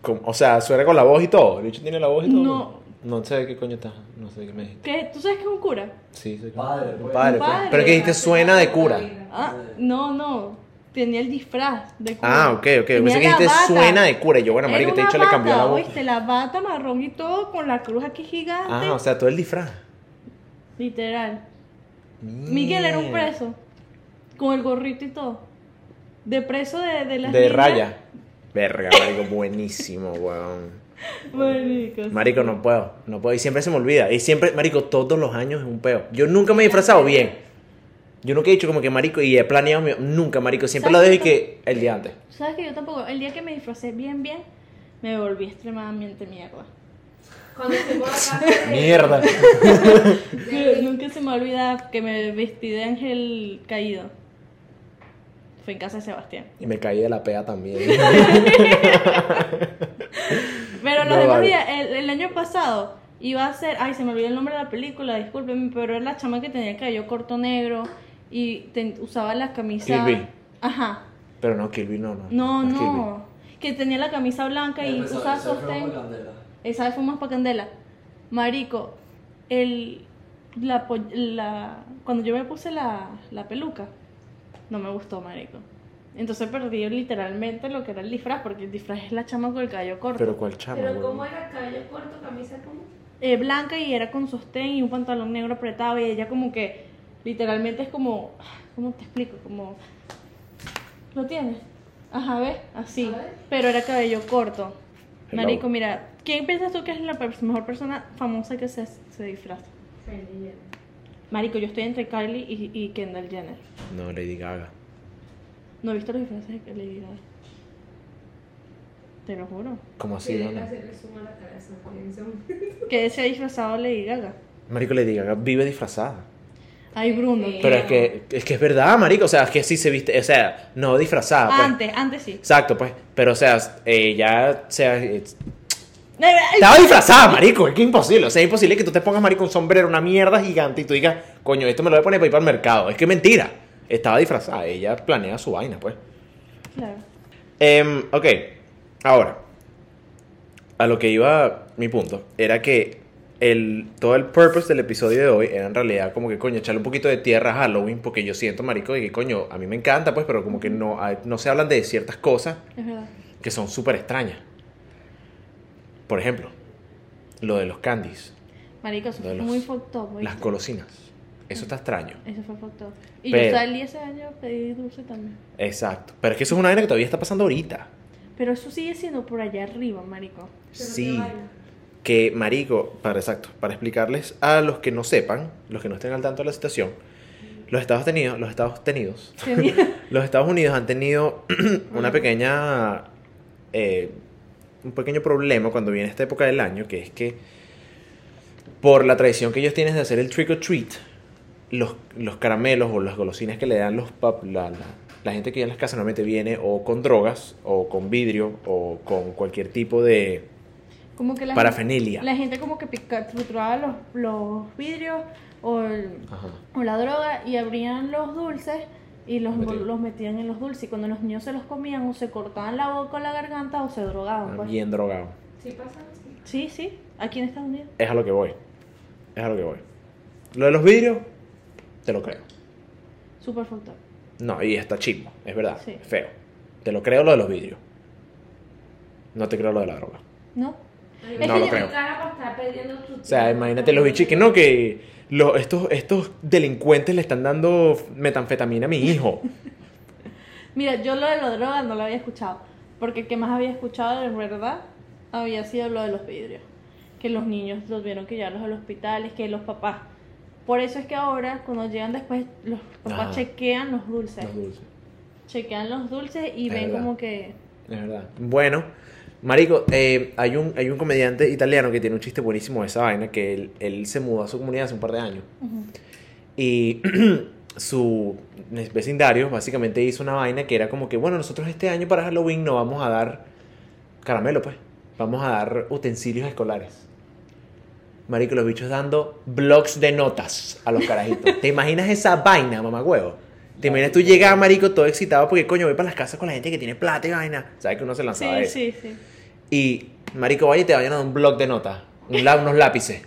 A: Como- o sea, suena con la voz y todo. El bicho tiene la voz y todo.
B: No.
A: No sé de qué coño estás. No sé de qué me dijiste.
B: ¿Qué? ¿Tú sabes qué es un cura?
A: Sí, soy
C: Padre,
A: un
C: pues.
A: padre, pues.
B: Padre.
A: Pero que dijiste suena de cura.
B: Ah, no, no. Tenía el disfraz de cura.
A: Ah, ok, ok.
B: Tenía
A: Pensé que
B: la
A: dijiste
B: bata.
A: suena de cura. Y yo, bueno,
B: Era
A: marico, te he
B: una
A: dicho, le cambió la
B: bata,
A: voz.
B: ¿oíste? La bata marrón y todo con la cruz aquí gigante.
A: Ah, o sea, todo el disfraz.
B: Literal. Miguel era un
A: Mierda.
B: preso. Con el gorrito y todo. De preso de, de las
A: De
B: niñas.
A: raya. Verga, marico, buenísimo, weón.
B: Marico. sí.
A: Marico, no puedo, no puedo. Y siempre se me olvida. Y siempre, marico, todos los años es un peo. Yo nunca me he disfrazado bien. Yo nunca he dicho como que marico y he planeado mi- Nunca, marico. Siempre lo
B: ¿Sabes
A: dejo y
B: qué?
A: que el día antes.
B: ¿Sabes que yo tampoco? El día que me disfracé bien, bien, me volví extremadamente mierda.
D: Cuando fuimos a casa
A: *laughs*
D: de- *laughs*
A: Mierda.
B: Yo- nunca se me olvida que me vestí de ángel caído. Fue en casa de Sebastián.
A: Y me caí de la pea también.
B: Pero los
A: No,
B: demás
A: vale.
B: días, el, el año pasado iba a ser, ay, se me olvidó el nombre de la película, discúlpenme, pero era la chama que tenía el cabello corto negro y ten- usaba la camisa.
A: Kill Bill.
B: Ajá.
A: Pero no, Kilby no, no.
B: No,
A: es Kill Bill.
B: no. Que tenía la camisa blanca y usaba sostén. Esa de fumas para candela. Marico, el la, po- la cuando yo me puse la, la peluca, no me gustó, marico. Entonces perdí literalmente lo que era el disfraz, porque el disfraz es la chama con el cabello corto.
A: Pero cuál chamo,
D: Pero cómo
A: weón.
D: era cabello corto, camisa como.
B: eh, blanca y era con sostén y un pantalón negro apretado y ella como que literalmente es como cómo te explico como lo tienes ajá ves así
D: A ver.
B: pero era cabello corto
A: Hello.
B: marico mira quién piensas tú que es la per- mejor persona famosa que se, se disfraza marico yo estoy entre Kylie y, y Kendall Jenner
A: No, Lady Gaga.
B: no he visto los disfraces que le dirán te lo juro
A: ¿Cómo así,
D: Sí,
A: Dana?
D: hacerle zoom a la cabeza. pienso.
B: que se ha disfrazado Lady Gaga
A: Marico, Lady Gaga vive disfrazada.
B: ay Bruno
D: Sí.
A: Pero es que, es que es verdad, marico. O sea, es que sí se viste, o sea, no disfrazada. pues.
B: antes antes sí
A: Exacto, pues. Pero, o sea, ella sea, eh, estaba disfrazada, marico. Es que es imposible. O sea, es imposible que tú te pongas, marico, un sombrero, una mierda gigante y tú digas, coño, esto me lo voy a poner para ir para el mercado. Es que es mentira. Estaba disfrazada. Ella planea su vaina, pues.
B: claro
A: Em, ok, ahora, a lo que iba mi punto, era que el, todo el purpose del episodio de hoy era en realidad como que, coño, echarle un poquito de tierra a Halloween, porque yo siento, marico, de que, coño, a mí me encanta, pues, pero como que no, hay- no se hablan de ciertas cosas
B: es verdad
A: que son súper extrañas. Por ejemplo, lo de los candies,
B: Marico, eso
A: De
B: fue
A: los-
B: muy fucked up. ¿oíste?
A: las golosinas, eso está extraño.
B: Eso fue fucked up. Y
A: Pero-
B: yo salí ese año a pedir dulce también.
A: Exacto, pero es que eso es una vaina que todavía está pasando ahorita.
B: Pero eso sigue siendo por allá arriba, marico.
D: Pero qué
A: Sí.
D: vaina.
A: que marico, para exacto, para explicarles a los que no sepan, los que no estén al tanto de la situación, los Estados Unidos, los Estados Unidos,
B: Tenía-
A: *laughs* los Estados Unidos han tenido *clears throat* una pequeña eh, un pequeño problema cuando viene esta época del año, que es que por la tradición que ellos tienen de hacer el trick or treat, los, los caramelos o las golosinas que le dan los pap- la, la- la gente que ya en las casas normalmente viene o con drogas o con vidrio o con cualquier tipo de
B: como que la
A: parafernalia.
B: gente, la gente como que pica, trituraba los, los vidrios o, el-
A: Ajá.
B: o la droga y abrían los dulces y los,
A: Metían.
B: los metían en los dulces. Y cuando los niños se los comían o se cortaban la boca o la garganta o se drogaban. pues.
A: Bien drogado.
D: Sí, pasa así.
B: Sí, sí, aquí en Estados Unidos.
A: Es a lo que voy. Es a lo que voy. Lo de los vidrios, te lo creo.
B: Súper fucked up.
A: No, y está chismo, es verdad.
B: Sí.
A: Es feo. Te lo creo lo de los vidrios. No te creo lo de la droga.
B: ¿No?
D: Es
B: que
D: que
B: lo
D: yo
A: creo.
D: mi cara para estar perdiendo tu
A: O sea, imagínate los bichos que no, que lo- estos, estos delincuentes le están dando metanfetamina a mi hijo.
B: Mira, yo lo de la droga no lo había escuchado. Porque el que más había escuchado, en verdad, había sido lo de los vidrios. Que los niños los vieron que llevarlos al hospital, es que los papás. Por eso es que ahora, cuando llegan después, los papás
A: Ah.
B: chequean los dulces.
A: Los dulces.
B: Chequean los dulces y
A: Es
B: ven
A: verdad.
B: como que.
A: Es verdad. Bueno, Marico, eh, hay, un, hay un comediante italiano que tiene un chiste buenísimo de esa vaina, que él, él se mudó a su comunidad hace un par de años.
B: ujú,
A: Y *clears throat* su vecindario básicamente hizo una vaina que era como que, bueno, nosotros este año para Halloween no vamos a dar caramelo, pues. Vamos a dar utensilios escolares. Marico, los bichos dando blogs de notas a los
B: *laughs*
A: carajitos. ¿Te imaginas esa vaina, mamá huevo? ¿Te imaginas tú llegas, marico, todo excitado porque, coño, voy para las casas con la gente que tiene plata y vaina? ¿Sabes que uno se lanzaba
B: Sí,
A: eso?
B: sí, sí.
A: Y, marico, vaya y te vayan a dar un blog de notas. un la- unos lápices.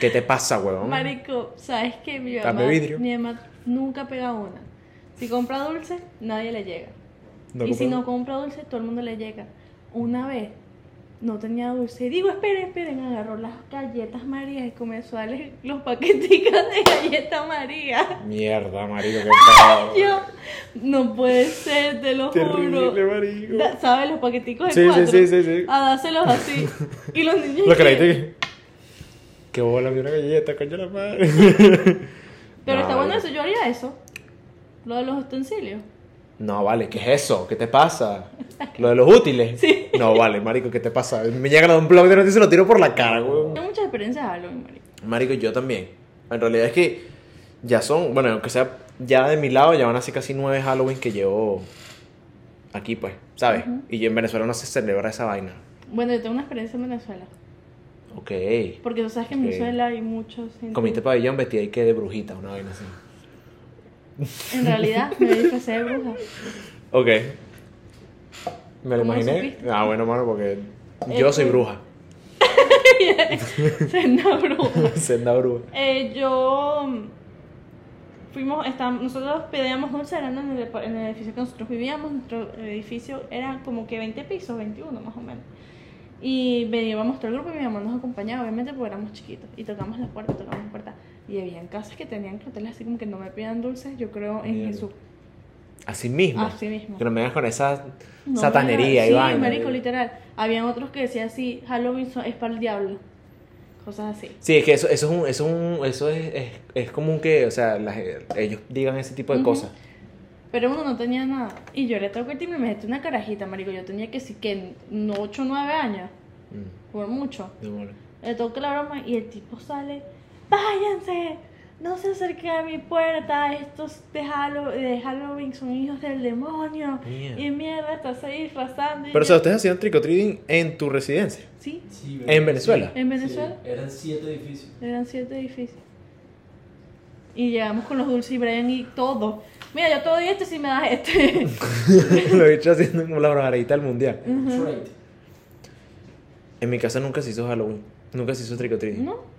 A: ¿Qué te pasa, huevón?
B: Marico, ¿sabes qué? Mi
A: Dame
B: mamá,
A: vidrio.
B: mi mamá nunca pega una. Si compra dulce, nadie le llega.
A: No
B: y si
A: comprendo.
B: no compra dulce, todo el mundo le llega. Una vez no tenía dulce. Digo, esperen, esperen. Agarró las galletas María y comenzó a darle los paqueticos de galleta María.
A: Mierda, marico, qué pedo.
B: *laughs* Yo, no puede ser, te lo
A: Terrible,
B: juro.
A: marico.
B: Da- ¿Sabes? Los paqueticos de
A: Sí, sí,
B: cuatro.
A: sí, sí, sí.
B: A dárselos así. Y los niños.
A: Lo que
B: que-
A: le dije. Qué bola, vi una galleta, coño la madre. *laughs*
B: Pero
A: No,
B: está bueno
A: vale.
B: eso, yo haría eso. Lo de los utensilios.
A: No, vale, ¿qué es eso? ¿Qué te pasa? Lo de los útiles.
B: Sí.
A: No, vale, marico, ¿qué te pasa? Me llega a un blog de noticias y se lo tiro por la cara, weón.
B: Tengo muchas experiencias de Halloween, marico.
A: Marico, yo también. En realidad es que ya son, bueno, aunque sea ya de mi lado, ya van así casi nueve Halloween que llevo aquí, pues, ¿sabes?
B: Ujú.
A: Y yo en Venezuela no se celebra esa vaina.
B: Bueno, yo tengo una experiencia en Venezuela.
A: Ok.
B: Porque tú sabes que en
A: Ok.
B: Venezuela hay muchos. gente-
A: Comiste pabellón, vestida y que de brujita, una vaina así.
B: En realidad, me disfrazé de bruja. *laughs*
A: Ok. Me lo
B: ¿Cómo lo
A: imaginé.
B: supiste?
A: Ah, bueno, mano, porque yo soy
B: Eh, *laughs*
A: bruja. *laughs*
B: Soy una bruja.
A: Senda bruja.
B: Eh, yo. mm, Fuimos, estábamos- nosotros pedíamos dulce grande en el, depa- en el edificio que nosotros vivíamos. Nuestro edificio era como que 20 pisos, 21 más o menos. Y veníamos todo el grupo y mi mamá nos acompañaba, obviamente, porque éramos chiquitos. Y tocamos la puerta, tocamos la puerta. Y había casas que tenían carteles así como que no me pidan dulces, yo creo en
A: Mierda.
B: Jesús.
A: Así mismo.
B: Así mismo.
A: Que no me vengas con esa
B: No,
A: satanería
B: mira,
A: y vaina.
B: Sí, marico, literal. Habían otros que decían así, Halloween so- es para el diablo. Cosas así.
A: Sí, es que eso, eso es un, eso es un- eso es, es- es común que, o sea, las- ellos digan ese tipo de
B: Ujú.
A: cosas.
B: Pero uno no tenía nada. Y yo le toco el timbre y me metí una carajita, marico. Yo tenía que sí que 8 o 9 años.
A: Mm,
B: Por mucho.
A: de bola.
B: Le toco la broma y el tipo sale. ¡Váyanse! No se acerquen a mi puerta. Estos de, Hallo- de Halloween son hijos del demonio.
A: Mierda.
B: Y mierda, estás ahí disfrazando. y
A: Pero, o
B: yo-
A: sea, ustedes hacían trick or treating en tu residencia. *laughs*
B: Sí,
C: Sí,
A: ¿En Venezuela?
B: ¿En Venezuela?
C: Sí, eran siete edificios.
B: Eran siete edificios. Y llegamos con los dulces y Brian y todo. Mira, yo todo doy este si me das este.
A: Lo he hecho haciendo como la barbarita del mundial.
C: En Trade.
A: En mi casa nunca se hizo Halloween. Nunca se hizo trick or treating.
B: ¿No?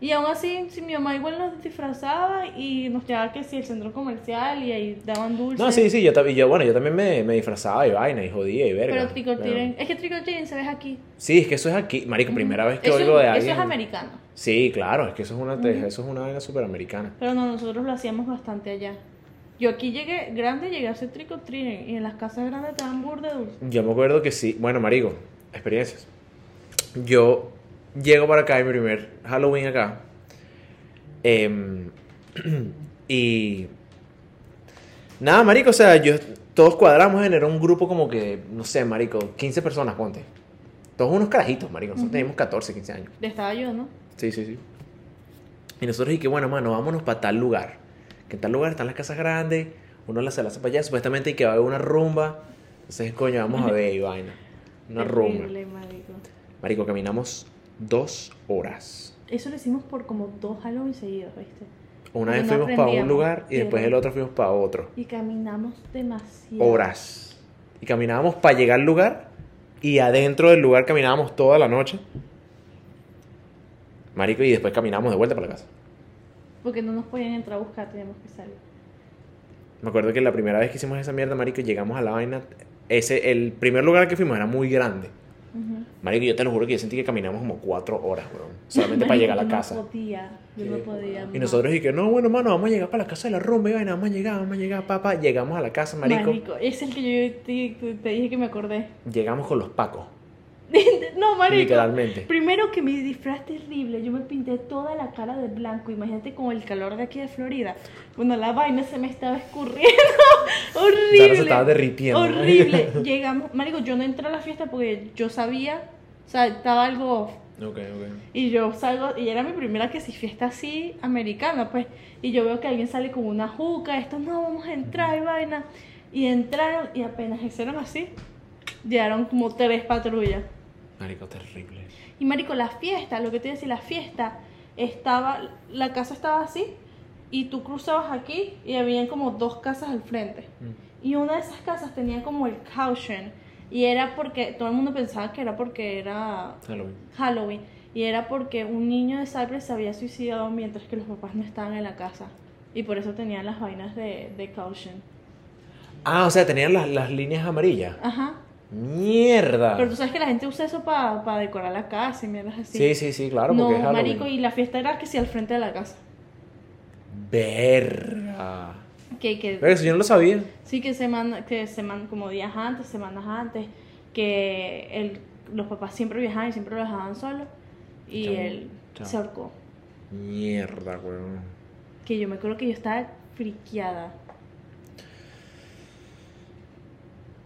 B: Y aún así, si mi mamá igual nos disfrazaba y nos llevaba que si el centro comercial y ahí daban dulces.
A: No, sí, sí, yo, tam- y yo bueno, yo también me, me disfrazaba y vaina y jodía y verga.
B: Pero trick or
A: Bueno.
B: treating- es que trick or treating se ve aquí.
A: Sí, es que eso es aquí, marico, primera vez que
B: Eso
A: oigo
B: es-
A: de alguien.
B: Eso es americano.
A: Sí, claro, es que eso es una, eso es una vaina superamericana.
B: Pero no, nosotros lo hacíamos bastante allá. Yo aquí llegué grande, llegué a hacer trick or treating y en las casas grandes te dan burda de dulce.
A: Yo me acuerdo que sí, bueno, marico, experiencias. Yo llego para acá, en mi primer Halloween acá, em, *clears throat* y nada, marico, o sea, yo, todos cuadramos en, era un grupo como que, no sé, marico, 15 personas, ponte. Todos unos carajitos, marico, nosotros
B: Ujú.
A: teníamos 14, 15 años.
B: Estaba yo, ¿no?
A: Sí, sí, sí. Y nosotros dije, bueno, mano, vámonos para tal lugar. Que en tal lugar están las casas grandes, uno las hace para allá, supuestamente que va a haber una rumba. Entonces, coño, vamos a ver y vaina. Una rumba.
B: Terrible, marico.
A: Marico, caminamos dos horas.
B: Eso lo hicimos por como dos Halloween seguidos, ¿viste?
A: Una
B: Porque
A: vez
B: no
A: fuimos para un
B: aprendíamos.
A: lugar y
B: Sí,
A: después
B: ¿no?
A: el otro fuimos para otro.
B: Y caminamos demasiado.
A: Horas. Y caminábamos para llegar al lugar y adentro del lugar caminábamos toda la noche. Marico, y después caminábamos de vuelta para la casa.
B: Porque no nos podían entrar a buscar, teníamos que salir.
A: Me acuerdo que la primera vez que hicimos esa mierda, marico, llegamos a la vaina. Ese, el primer lugar que fuimos era muy grande.
B: Ujú.
A: Marico, yo te lo juro que yo sentí que caminamos como cuatro horas, weón. Solamente para
B: Marico,
A: llegar a la
B: yo
A: casa.
B: No podía, yo no
C: Qué
B: podía.
A: Y
B: más.
A: nosotros dije, no, bueno, mano, vamos a llegar para la casa de la rumba y vaina, vamos a llegar, vamos a llegar, papá. Llegamos a la casa, marico.
B: Es el que yo te, te- te dije que me acordé. *laughs*
A: Llegamos con los pacos,
B: no, marico.
A: literalmente.
B: Primero que mi disfraz terrible, yo me pinté toda la cara de blanco. Imagínate con el calor de aquí de Florida. Bueno, la vaina se me estaba escurriendo. *laughs* horrible.
A: Sara se estaba derritiendo.
B: Horrible. Llegamos, marico, yo no entré a la fiesta porque yo sabía, o sea, estaba algo off.
A: *laughs* Ok, ok.
B: Y yo salgo, y era mi primera que si fiesta así americana, pues. Y yo veo que alguien sale con una juca, esto no, vamos a entrar y vaina. Y entraron, y apenas hicieron así, llegaron como tres patrullas.
A: Marico, terrible.
B: Y marico, la fiesta, lo que te iba a decir, la fiesta estaba, la casa estaba así, y tú cruzabas aquí, y habían como dos casas al frente. Y una de esas casas tenía como el caution, y era porque, todo el mundo pensaba que era porque era
A: Halloween.
B: Halloween y era porque un niño de Cypress se había suicidado mientras que los papás no estaban en la casa y por eso tenían las vainas de, de caution.
A: Ah, o sea, tenían las, las líneas amarillas.
B: Ajá.
A: ¡Mierda!
B: Pero tú sabes que la gente usa eso para decorar la casa y mierdas así.
A: Sí, sí, sí, claro,
B: no,
A: porque es Halloween.
B: marico, y la fiesta era que sí al frente de la casa.
A: Verga.
B: Que, que,
A: Verga, eso yo no lo sabía.
B: Sí, que semana, que seman- como días antes, semanas antes, que el, los papás siempre viajaban y siempre lo dejaban solo y
A: Chao.
B: él
A: Chao.
B: se ahorcó.
A: Mierda, weón.
B: Que yo me acuerdo que yo estaba friqueada.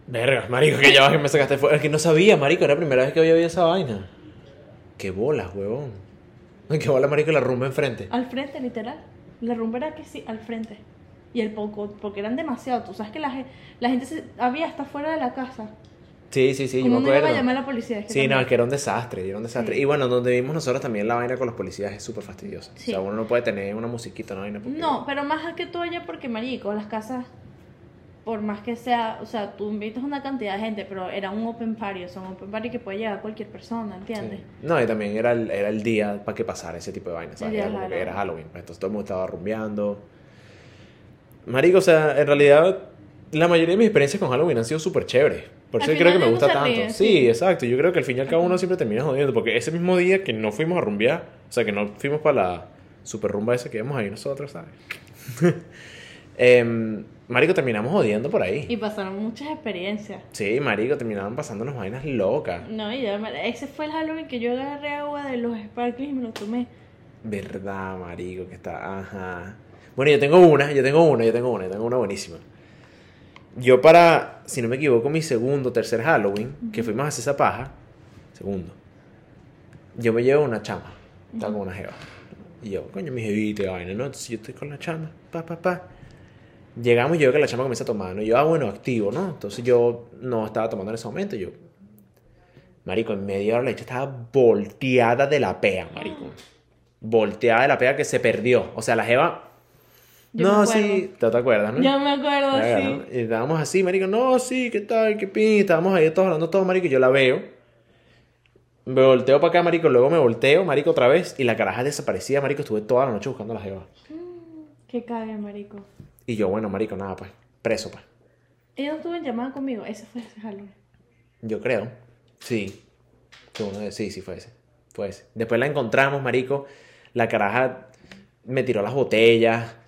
A: Verga, marico, que ya vas que me sacaste fuera. Es que no sabía, marico, era la primera vez que había oído esa vaina. Qué bolas, huevón. Ay, Qué bola, marico, y la rumba enfrente.
B: Al frente, literal. La rumba era que sí, al frente. Y el poco, porque eran demasiado. Tú sabes que la, ge- la gente se, había hasta fuera de la casa.
A: Sí, sí, sí, yo
B: Como
A: me
B: no iba a
A: acuerdo.
B: llamar a la policía. Es que
A: Sí, no,
B: también-
A: es que era un desastre, era un desastre.
B: Sí.
A: Y bueno, donde vivimos nosotros también la vaina con los policías es súper fastidiosa.
B: Sí.
A: O sea, uno no puede tener una musiquita, una vaina. porque-
B: No, pero más que todo ya porque, marico, las casas, por más que sea, o sea, tú invitas una cantidad de gente, pero era un open party, o sea, un open party que puede llegar cualquier persona, ¿entiendes?
A: Sí. No, y también era el, era el día para que pasara ese tipo de vainas. ¿sabes?
B: El día
A: Era,
B: de
A: como que
B: Halloween.
A: era Halloween. pues, Entonces todo el mundo estaba rumbeando. Marico, o sea, en realidad la mayoría de mis experiencias con Halloween han sido súper chéveres. Por
B: Al
A: eso yo creo
B: final
A: que me
B: uno
A: gusta
B: se
A: tanto.
B: ríe,
A: sí,
B: sí.
A: exacto. Yo creo que al fin y al cabo uno siempre termina jodiendo. Porque ese mismo día que no fuimos a rumbear, o sea, que no fuimos para la super rumba esa que íbamos ahí nosotros, ¿sabes? *laughs* Em, marico, terminamos jodiendo por ahí.
B: Y pasaron muchas experiencias.
A: Sí, marico, terminaban pasándonos vainas locas.
B: No, y ya, mar- ese fue el Halloween que yo agarré agua de los sparklings y me lo tomé.
A: Verdad, marico, que está. Ajá. Bueno, yo tengo una, yo tengo una, yo tengo una, yo tengo una buenísima. Yo para, si no me equivoco, mi segundo, tercer Halloween, que fuimos a hacer esa paja, segundo, yo me llevo una chama, estaba con una jeva. Y yo, coño, mi jevita, y vaina, ¿no? Entonces yo estoy con la chama, pa, pa, pa. Llegamos y yo veo que la chama comienza a tomar, ¿no? Y yo, ah, bueno, activo, ¿no? Entonces yo no estaba tomando en ese momento, yo... Marico, en media hora la hecha estaba volteada de la pea, marico. Volteada de la pea que se perdió. O sea, la jeva...
B: Yo me
A: no,
B: acuerdo.
A: sí, ¿te, te acuerdas, no?
B: Yo me acuerdo,
A: Verga,
B: sí.
A: ¿no? Y estábamos así, marico, no, sí, qué tal, qué pin, estábamos ahí todos hablando todos, marico, y yo la veo. Me volteo para acá, marico, luego me volteo, marico, otra vez, y la caraja desaparecía, marico, estuve toda la noche buscando a la jeva.
B: Que cague, marico.
A: Y yo, bueno, marico, nada, pues, preso, pues.
B: Ella no estuvo en llamada conmigo, ese fue ese Halloween.
A: Yo creo. Sí. Fue uno de- Sí, sí, fue ese. Fue ese. Después la encontramos, marico. La caraja me tiró las botellas. *laughs*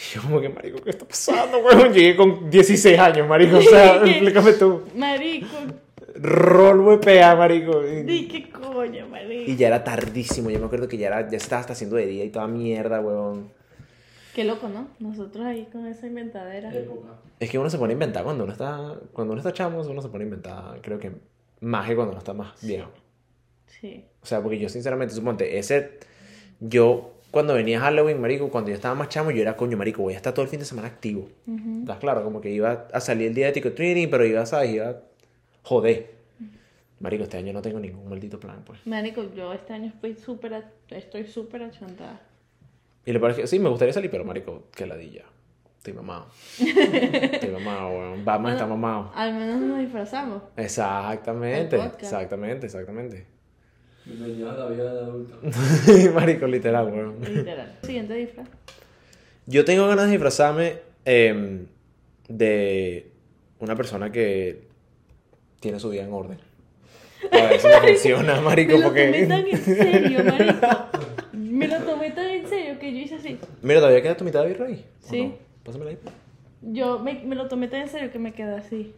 A: Y yo como que, marico, ¿qué está pasando, weón? Llegué con 16 años, marico. O sea, explícame tú.
B: Marico,
A: Roll WPA, marico. Y,
B: di qué coño, marico.
A: y ya era tardísimo. Yo me acuerdo que ya, era, ya estaba hasta haciendo de día y toda mierda, weón.
B: Qué loco, ¿no? Nosotros ahí con esa inventadera.
C: Época.
A: Es que uno se pone a inventar cuando uno está... Cuando uno está chamo, uno se pone a inventar, creo que más que cuando uno está más viejo.
B: Sí.
A: O sea, porque yo sinceramente, suponte, ese, yo cuando venía Halloween, marico, cuando yo estaba más chamo, yo era coño, marico, voy a estar todo el fin de semana activo.
B: Ujú.
A: ¿Estás claro? Como que iba a salir el día de Tico Training, pero iba, ¿sabes? Iba a joder. Marico, este año no tengo ningún maldito plan, pues.
B: Marico, yo este año estoy súper, a- estoy súper achontada.
A: Y lo peor es que sí, me gustaría salir, pero marico, que ladilla. Estoy mamado. Estoy mamado, weón. Batman está mamado.
B: Al menos nos disfrazamos.
A: Exactamente,
B: El podcast.
A: exactamente, exactamente. *laughs*
C: Bienvenido a la vida de adulto.
A: marico, literal, weón.
B: Literal. Siguiente disfraz.
A: Yo tengo ganas de disfrazarme em, de una persona que tiene su vida en orden. A ver si
B: *laughs*
A: no funciona, marico,
B: Me lo tomé tan
A: porque...
B: en serio, marico. Me lo tomé tan en serio que yo hice así.
A: *laughs* Mira, ¿todavía queda tu mitad de birra ahí? ¿O
B: Sí.
A: no? Pásamela ahí.
B: Yo me, me lo tomé tan en serio que me quedé así.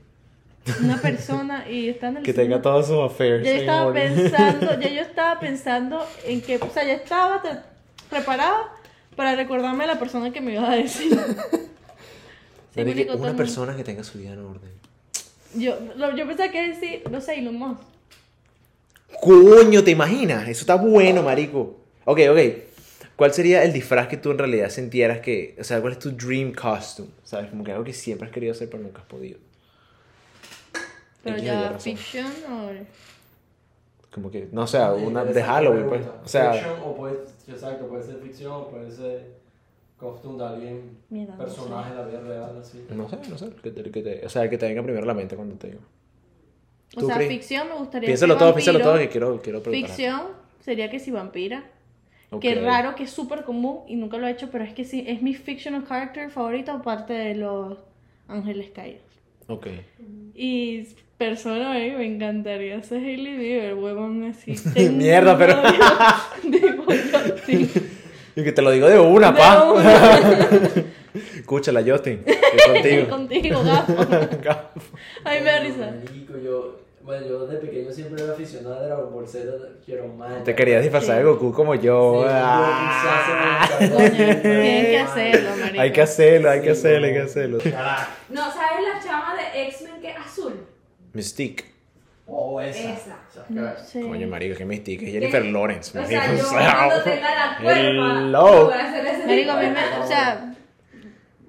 B: Una persona y está en el
A: Que tenga
B: cine.
A: todos sus affairs
B: Ya yo
A: en
B: estaba
A: orden. *laughs*
B: pensando, ya yo estaba pensando en que, o sea, ya estaba tra- preparada para recordarme a la persona que me iba a decir.
A: *laughs*
B: Sí,
A: Marico,
B: marico, todo el
A: una
B: mundo.
A: persona que tenga su vida en orden.
B: Yo, lo- yo pensaba que decir, no sé, Elon Musk.
A: Coño, ¿te imaginas? Eso está bueno, marico. Ok, ok. ¿Cuál sería el disfraz que tú en realidad sintieras que... O sea, ¿cuál es tu dream costume? ¿Sabes? Como que algo que siempre has querido hacer pero nunca has podido.
B: Pero
A: X o Y
B: ya,
A: razón.
B: ficción o...
A: Como que... No, o sea, una de
C: Esa
A: Halloween, pues.
C: pregunta.
A: O sea...
C: Fiction o puede, exacto, puede ser ficción o puede ser costume de alguien,
B: Mierda, no sé.
C: personaje de la vida real, así.
A: No sé, no sé. el que te- el que te- o sea, el que te venga primero a la mente cuando te digo.
B: O
A: ¿Tú
B: sea,
A: crees?
B: ficción me gustaría
A: Piénsalo
B: ser
A: todo,
B: vampiro.
A: piénsalo todo que quiero, quiero preguntar.
B: Ficción sería que si vampira.
A: Ok.
B: Que raro, que es súper común y nunca lo he hecho, pero es que sí, es mi fictional character favorito aparte de los Ángeles Caídos.
A: Ok.
B: Y persona, eh, me encantaría ser Hailey Bieber, huevón, así.
A: *laughs* Mierda, pero-
B: *laughs* Digo yo, sí.
A: Y que te lo digo de *laughs* una,
B: De
A: pa. *laughs*
B: una.
A: Escúchala, Justin. Estoy contigo.
B: Contigo, gato.
A: Gafo.
B: Ay, me da risa.
C: Marico, yo, bueno, yo desde pequeño siempre era aficionado de Dragon Ball Z, quiero
A: *laughs*
C: más.
A: Te querías disfrazar de
B: Sí.
A: Goku como yo.
C: Sí,
A: Ah.
C: yo quizás se me
B: Coño,
C: escapó así,
B: tienen que
C: marico.
B: hacerlo, marico.
A: hay que hacerlo, hay que
C: Sí,
A: hacerlo, hay
C: no.
A: que hacerlo.
C: Carajo.
D: No, ¿sabes la chama de X-Men que es azul?
A: Mystique.
C: Oh, esa.
D: Esa.
B: No sé.
A: Coño, marico, que Mystique es Jennifer
D: ¿Qué?
A: Lawrence.
D: O
A: marico,
D: sea, yo
A: o sea,
D: cuando tenga la cuerpa,
A: hello.
D: voy a hacer ese
B: Marico,
D: tipo
B: a mí
D: de
B: me, o
D: cosas.
B: sea,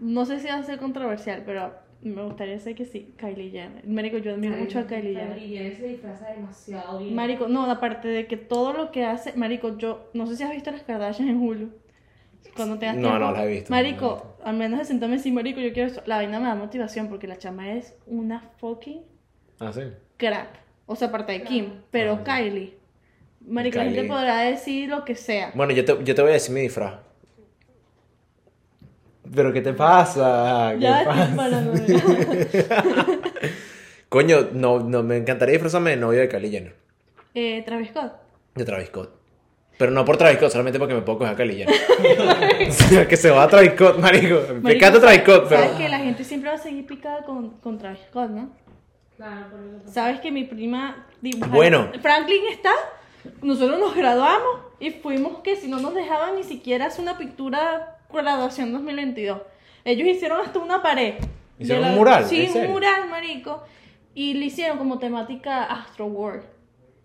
B: no sé si va a ser controversial, pero me gustaría ser que sí, Kylie Jenner. Marico, yo admiro mucho a Kylie Jenner.
D: Kylie Jenner se disfraza demasiado bien.
B: Marico, no, aparte de que todo lo que hace, Marico, yo no sé si has visto las Kardashian en Hulu. Cuando tengas
A: No,
B: tiempo.
A: no las he visto, no las he
B: Marico, al menos de sentarme así, Marico, yo quiero eso. La vaina me da motivación porque la chama es una fucking
A: Ah, sí.
B: crap. O sea, aparte de Kim, pero
A: Ah,
B: Kylie. Marico, la gente
A: Kylie.
B: podrá decir lo que sea.
A: Bueno, yo te, yo te voy a decir mi disfraz. Pero, ¿qué te pasa? ¿Qué
B: *laughs* ya
A: pasa?
B: estoy
A: *laughs*
B: paranoia.
A: Coño, no, no, me encantaría disfrazarme de novio de Kylie Jenner.
B: eh, Travis Scott.
A: De Travis Scott. Pero no por Travis Scott, solamente porque me puedo coger a Kylie Jenner. *laughs* o sea, que se va a Travis Scott, marico. Me
B: Marico,
A: encanta Travis Scott, pero...
B: Sabes que la gente siempre va a seguir picada con, con Travis Scott, ¿no?
D: Claro, por lo tanto.
B: Sabes que mi prima dibuja-
A: Bueno.
B: Franklin está. Nosotros nos graduamos y fuimos que si no nos dejaban ni siquiera hacer una pintura graduación 2022. Ellos hicieron hasta una pared.
A: ¿Hicieron
B: De
A: un mural? ¿En
B: Sí, un
A: serio?
B: mural, marico. Y le hicieron como temática Astro World.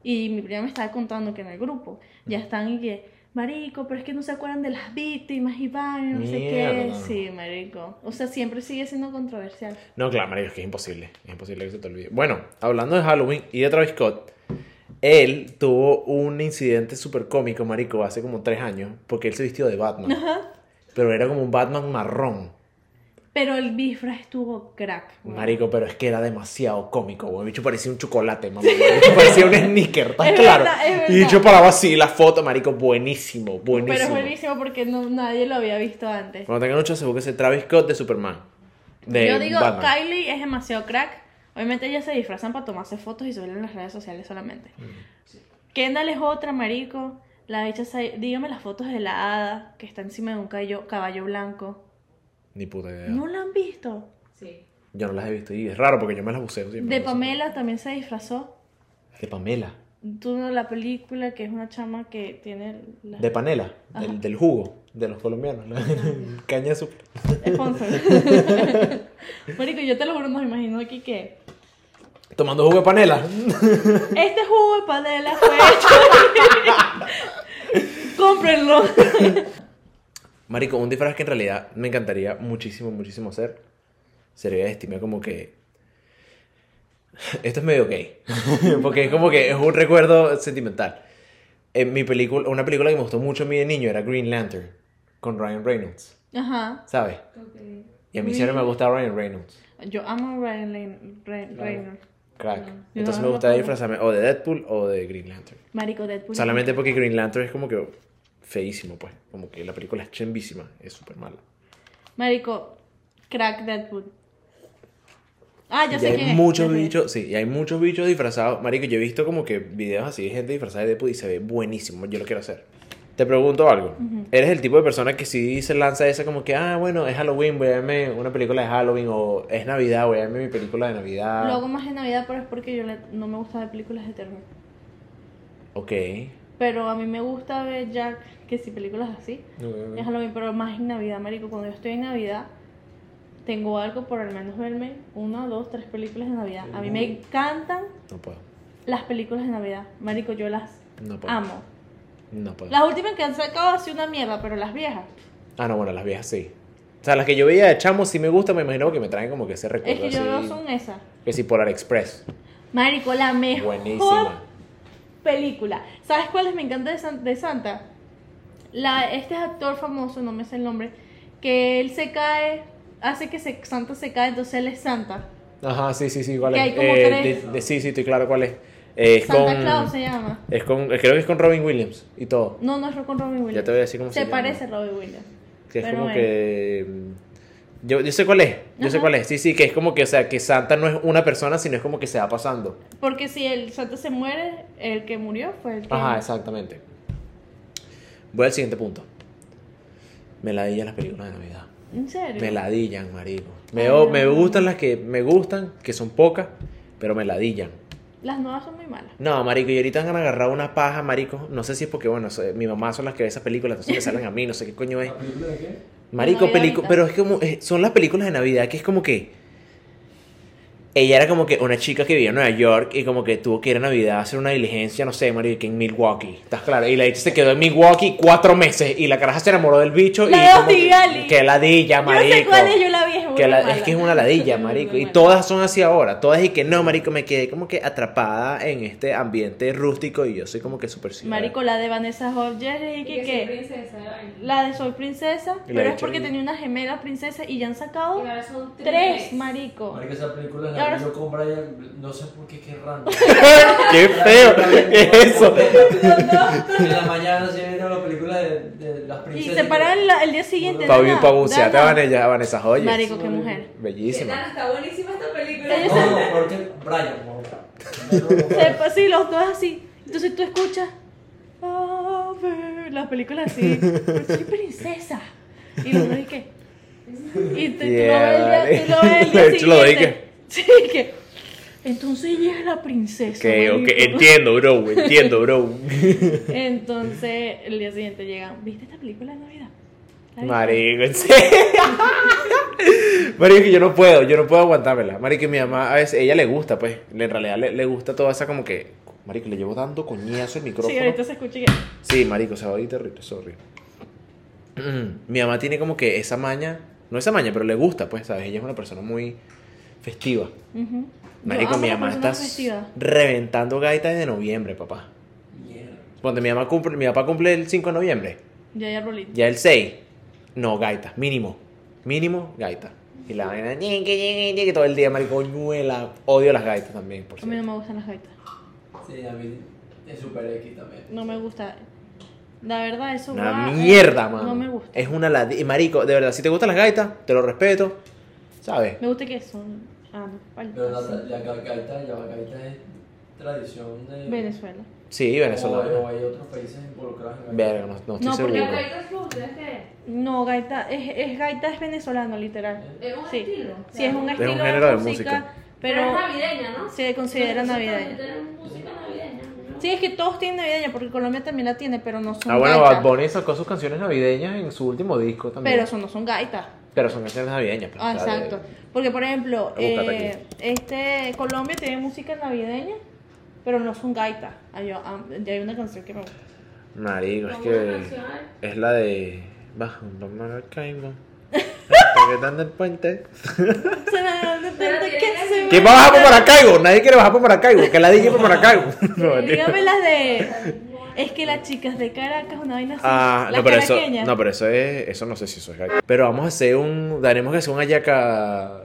B: Y mi prima me estaba contando que en el grupo ya están y que, marico, pero es que no se acuerdan de las víctimas y van, no
A: Mierda.
B: sé qué. Sí, marico. O sea, siempre sigue siendo controversial.
A: No, claro, marico, es que es imposible. Es imposible que se te olvide. Bueno, hablando de Halloween y de Travis Scott, él tuvo un incidente súper cómico, marico, hace como tres años, porque él se vistió de Batman. Pero era como un Batman marrón.
B: Pero el disfraz estuvo crack. weón.
A: Marico, pero es que era demasiado cómico, güey. El bicho parecía un chocolate, mamá. El bicho parecía un sneaker, ¿estás
B: Es
A: claro?
B: verdad, es verdad.
A: Y el bicho paraba así, la foto, marico, buenísimo, buenísimo.
B: Pero es buenísimo porque no, nadie lo había visto antes.
A: Cuando tengan ocho, se busca ese Travis Scott de Superman. De
B: Yo digo,
A: Batman.
B: Kylie es demasiado crack. Obviamente ellas se disfrazan para tomarse fotos y subirlo en las redes sociales solamente.
A: Mm.
B: Kendall es otra, marico. La bicha se- dígame las fotos de la hada que está encima de un caballo, caballo blanco.
A: Ni puta idea.
B: ¿No la han visto?
D: Sí.
A: Yo no las he visto y es raro porque yo me las buceo siempre.
B: De Pamela también se disfrazó.
A: De Pamela.
B: Tú no, la película que es una chama que tiene... la-
A: De panela,
B: Ajá.
A: del, del jugo, de los colombianos. *laughs* ¿no? Caña azúcar. *laughs*
B: Sponsor. *laughs* marico, yo te lo juro, nos imagino aquí que...
A: Tomando jugo de panela. *laughs*
B: Este jugo de panela fue hecho- *laughs* Cómprenlo.
A: Marico, un disfraz que en realidad me encantaría muchísimo, muchísimo hacer. Sería estimar como que. Esto es medio gay. *laughs* Porque es como que es un recuerdo sentimental. En mi película, una película que me gustó mucho a mí de niño era Green Lantern con Ryan Reynolds.
B: Ajá.
A: ¿Sabes?
D: Okay.
A: Y a mí siempre me gusta Ryan Reynolds.
B: Yo amo a Ryan Lane- Re-
C: Claro.
B: Reynolds.
A: Crack.
B: No, yo
A: Entonces
B: no
A: me
B: lo
A: gustaría
B: conozco.
A: disfrazarme o de Deadpool o de Green Lantern.
B: Marico Deadpool.
A: Solamente porque Green Lantern es como que feísimo, pues. Como que la película es chembísima, es súper mala.
B: Marico, crack Deadpool. Ah, ya
A: y
B: sé
A: hay
B: quién es,
A: muchos
B: ya sé.
A: bichos, sí, y hay muchos bichos disfrazados. Marico, yo he visto como que videos así de gente disfrazada de Deadpool y se ve buenísimo. Yo lo quiero hacer. Te pregunto algo. ¿Eres el tipo de persona que si se lanza esa como que, ah, bueno, es Halloween, voy a verme una película de Halloween o es Navidad, voy a verme mi película de Navidad?
B: Lo hago más en Navidad, pero es porque yo le- no me gusta ver películas de terror.
A: Ok.
B: Pero a mí me gusta ver Jack, que si películas así,
A: Mm.
B: es Halloween, pero más en Navidad, marico. Cuando yo estoy en Navidad, tengo algo por al menos verme una, dos, tres películas de Navidad. A
A: Mm.
B: mí me encantan
A: No puedo.
B: las películas de Navidad, marico, yo las
A: No puedo.
B: amo.
A: No puedo.
B: Las últimas que han sacado ha sido una mierda, pero las viejas.
A: Ah, no, bueno, las viejas sí. O sea, las que yo veía de chamo sí me gusta, me imagino que me traen como que ese recuerdo
B: Es que yo
A: así.
B: veo son esas.
A: Que sí, Polar Express.
B: Marico, la mejor
A: Buenísima.
B: película. ¿Sabes cuáles me encanta de, San- de Santa? La, este actor famoso, no me sé el nombre, que él se cae, hace que se- Santa se cae, entonces él es Santa.
A: Ajá, sí, sí, sí, ¿cuál
B: Que
A: es?
B: hay como
A: Eh,
B: tres.
A: de- de- sí, sí, estoy claro cuál es. Eh, es
B: Santa
A: con,
B: Claus se llama.
A: Es con, eh, creo que es con Robin Williams y todo.
B: No, no es con Robin Williams.
A: Ya te voy a decir cómo se llama.
B: parece a Robin Williams.
A: Que es
B: Pero
A: como
B: bueno.
A: que... mm, Yo, yo sé cuál es, yo sé
B: Ajá.
A: cuál es. Sí, sí, que es como que, o sea, que Santa no es una persona, sino es como que se va pasando.
B: Porque si el Santa se muere, el que murió fue el que...
A: Ajá, exactamente. Voy al siguiente punto. Me ladillan las películas de Navidad.
B: ¿En serio?
A: Me ladillan, marico. Me,
B: Ay,
A: o-
B: no.
A: me gustan las que me gustan, que son pocas, pero me ladillan.
B: Las nuevas son muy malas.
A: No, marico, y ahorita han agarrado una paja, marico. No sé si es porque, bueno, so- mi mamá son las que ve esas películas, entonces me salen a mí, no sé qué coño
B: *laughs*
A: es.
C: ¿La película de qué?
A: Marico,
B: Navidad
A: película,
B: ahorita.
A: pero es como, eh, son las películas de Navidad que es como que... Ella era como que una chica que vivía en Nueva York y como que tuvo que ir a Navidad a hacer una diligencia, no sé, marico, que en Milwaukee, ¿estás claro? Y la hecha se quedó en Milwaukee cuatro meses y la caraja se enamoró del bicho
B: La
A: y
B: de
A: como que,
B: Odigali.
A: que ladilla, marico.
B: Yo sé cuál es, yo la vi, es muy
A: Que la-
B: mala.
A: es que es una ladilla,
B: *laughs*
A: marico.
B: Muy
A: Y
B: mala.
A: todas son así ahora. Todas y que no, marico, me quedé como que atrapada en este ambiente rústico y yo soy como que super *laughs*
B: Marico, la de Vanessa Hodges y que...
D: que
B: que-
D: soy princesa de vaina.
B: La de Soy Princesa,
A: Y la
B: pero
A: de
B: es porque
A: Charlie.
B: tenía una gemela princesa y ya han
D: Y
B: sacado
D: ahora son
B: tres,
D: tres.
B: marico.
C: Marico, esa película
B: Oh. Y ahora-
C: la vi yo con Brian, no sé por qué, qué random.
A: *laughs* ¡Qué
B: *laughs*
C: *laughs*
A: feo! ¿Qué es eso?
C: En la mañana se viene la película de, de las
B: Y
C: princesas.
B: se paran la- el día siguiente.
A: Para
B: Dana,
A: bucear a
B: Dana.
A: Vanessa, Vanessa Joyes.
B: Marico, qué mujer.
D: Que
A: Bellísima.
D: nada, está buenísima esta película.
B: Ellos
C: No, no, porque Brian, no.
B: Se, pa- pues sí, los dos así. Entonces tú escuchas. "A ver", Las
A: *laughs*
B: películas así. Pues, Soy princesa. Y los dos y qué. Y te-
A: Yeah,
B: tú lo ves el día, tú lo ves el
A: vale. *laughs*
B: día
A: De hecho, lo
B: siguiente.
A: dije.
B: Sí, que. Entonces ella es la princesa.
A: Ok, ok,
B: marico.
A: entiendo, bro, entiendo, bro.
B: *laughs* Entonces, el día siguiente llegan, ¿viste esta película de Navidad? ¿La viste?"
A: Marico, en serio. *laughs* Marico, yo no puedo, yo no puedo aguantármela. Marico, mi mamá, a veces, ella le gusta, pues. En realidad le, le gusta toda esa como que. Marico, le llevo dando coñazo el micrófono.
B: Sí, ahorita se escucha que.
A: Sí, marico, se va a oír terrible, sorry. Mm, Mi mamá tiene como que esa maña, no esa maña, pero le gusta, pues, ¿sabes? Ella es una persona muy festiva.
B: Ujú. Yo
A: Marico,
B: amo
A: mi
B: las
A: mamá está
B: personas festivas.
A: reventando gaitas desde noviembre, papá.
C: Mierda.
A: Cuando mi mamá cumple, mi papá cumple el 5 de noviembre,
B: Ya hay arbolito.
A: ya el 6. No, gaita, mínimo. Mínimo, gaita. Y la vaina, ñe, ñe, ñe, ñe, que todo el día, marico, ñuela. Odio las gaitas también, por
B: A mí no
A: cierto.
B: me gustan las gaitas.
C: Sí, a mí es Super X también.
B: No me gusta. La verdad, eso.
A: Una
B: va-
A: mierda,
B: eh,
A: mano.
B: No me gusta.
A: Es una ladilla. Marico, de verdad, si te gustan las gaitas, te lo respeto, ¿sabes?
B: Me gusta que son. Ah, no,
C: Pero la,
B: paltas.
C: la ga- gaita, la gaita es tradición de.
B: Venezuela.
A: Sí,
C: O, o
A: venezolano.
C: hay otros países involucrados en gaita.
A: Verga, no, no estoy
B: No, porque
A: seguro.
D: La gaita es fruta, ¿es qué?
B: No, gaita. Es, es gaita es venezolano, literal.
D: Es un
B: Sí.
D: estilo.
B: Sí, es
A: Es
B: un
A: un
B: estilo
A: género
B: de
A: de
B: música.
A: música.
D: es
B: Pero
D: navideña, ¿no?
B: se considera
D: Nosotros también
B: navideña.
D: Tenemos música navideña. ¿no?
B: Sí, es que todos tienen navideña, porque Colombia también la tiene, pero no son
A: Ah, bueno,
B: gaitas.
A: Bad Bunny sacó sus canciones navideñas en su último disco también.
B: Pero eso no son gaitas.
A: Pero son canciones navideñas. pues,
B: Ah,
A: o sea, de-
B: exacto. Porque, por ejemplo,
A: Voy a buscarla
B: eh, este Colombia tiene música navideña, pero no son gaitas. Hay, ah, ya hay una canción que me gusta. *laughs*
A: Marico, es
D: Como una
A: que.
D: canción.
A: Es la de. Bajo un domingo al caimbo. Hasta que dan el puente.
D: Pero tiene
B: ¿Qué
D: que-
B: se
A: ¿Quién va
B: me-
A: a bajar por Maracaibo? Nadie quiere bajar por Maracaibo. Que la DJ por Maracaibo.
B: *laughs*
A: *laughs* No, mentira.
B: Dígame las
A: *laughs*
B: de. Es que las chicas de Caracas, una vaina así.
A: Ah,
B: las
A: no, pero eso,
B: caraqueñas.
A: no, pero eso es, eso no sé si eso es gaita. Pero vamos a hacer un, daremos que hacer un ayaca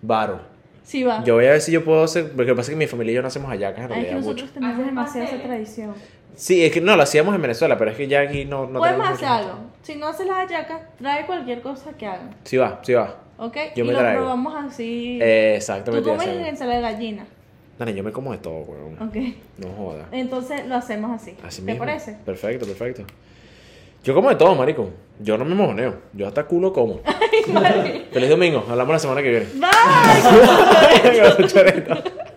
A: baro.
B: Sí, va.
A: Yo voy a ver si yo puedo hacer, porque lo que pasa es que mi familia y yo no hacemos ayacas en
B: Ah, es que
A: realidad mucho.
B: nosotros tenemos
D: Hacen
B: demasiada esa
D: pasteles.
B: tradición.
A: Sí, es que no, lo hacíamos en Venezuela, pero es que ya aquí no, no
B: Podemos
A: tenemos
B: hacer
A: mucho.
B: algo. Si no haces las hallacas, trae cualquier cosa que hagan.
A: Sí va, sí va.
B: ¿Ok?
A: Yo
B: y
A: me
B: lo
A: traigo.
B: probamos así.
A: Eh, exacto, me
B: Tú
A: tiene
B: comes
A: esa-
B: ensalada de gallina.
A: Dale, yo me como de todo, weón.
B: Ok.
A: No jodas.
B: Entonces lo hacemos así.
A: Así
B: Eh, ¿Te
A: mismo.
B: parece?
A: Perfecto, perfecto. Yo como de todo, marico. Yo no me mojoneo. Yo hasta culo
B: *laughs*
A: como. *laughs* Feliz domingo. Hablamos la semana que viene.
B: Bye.
A: Choreta.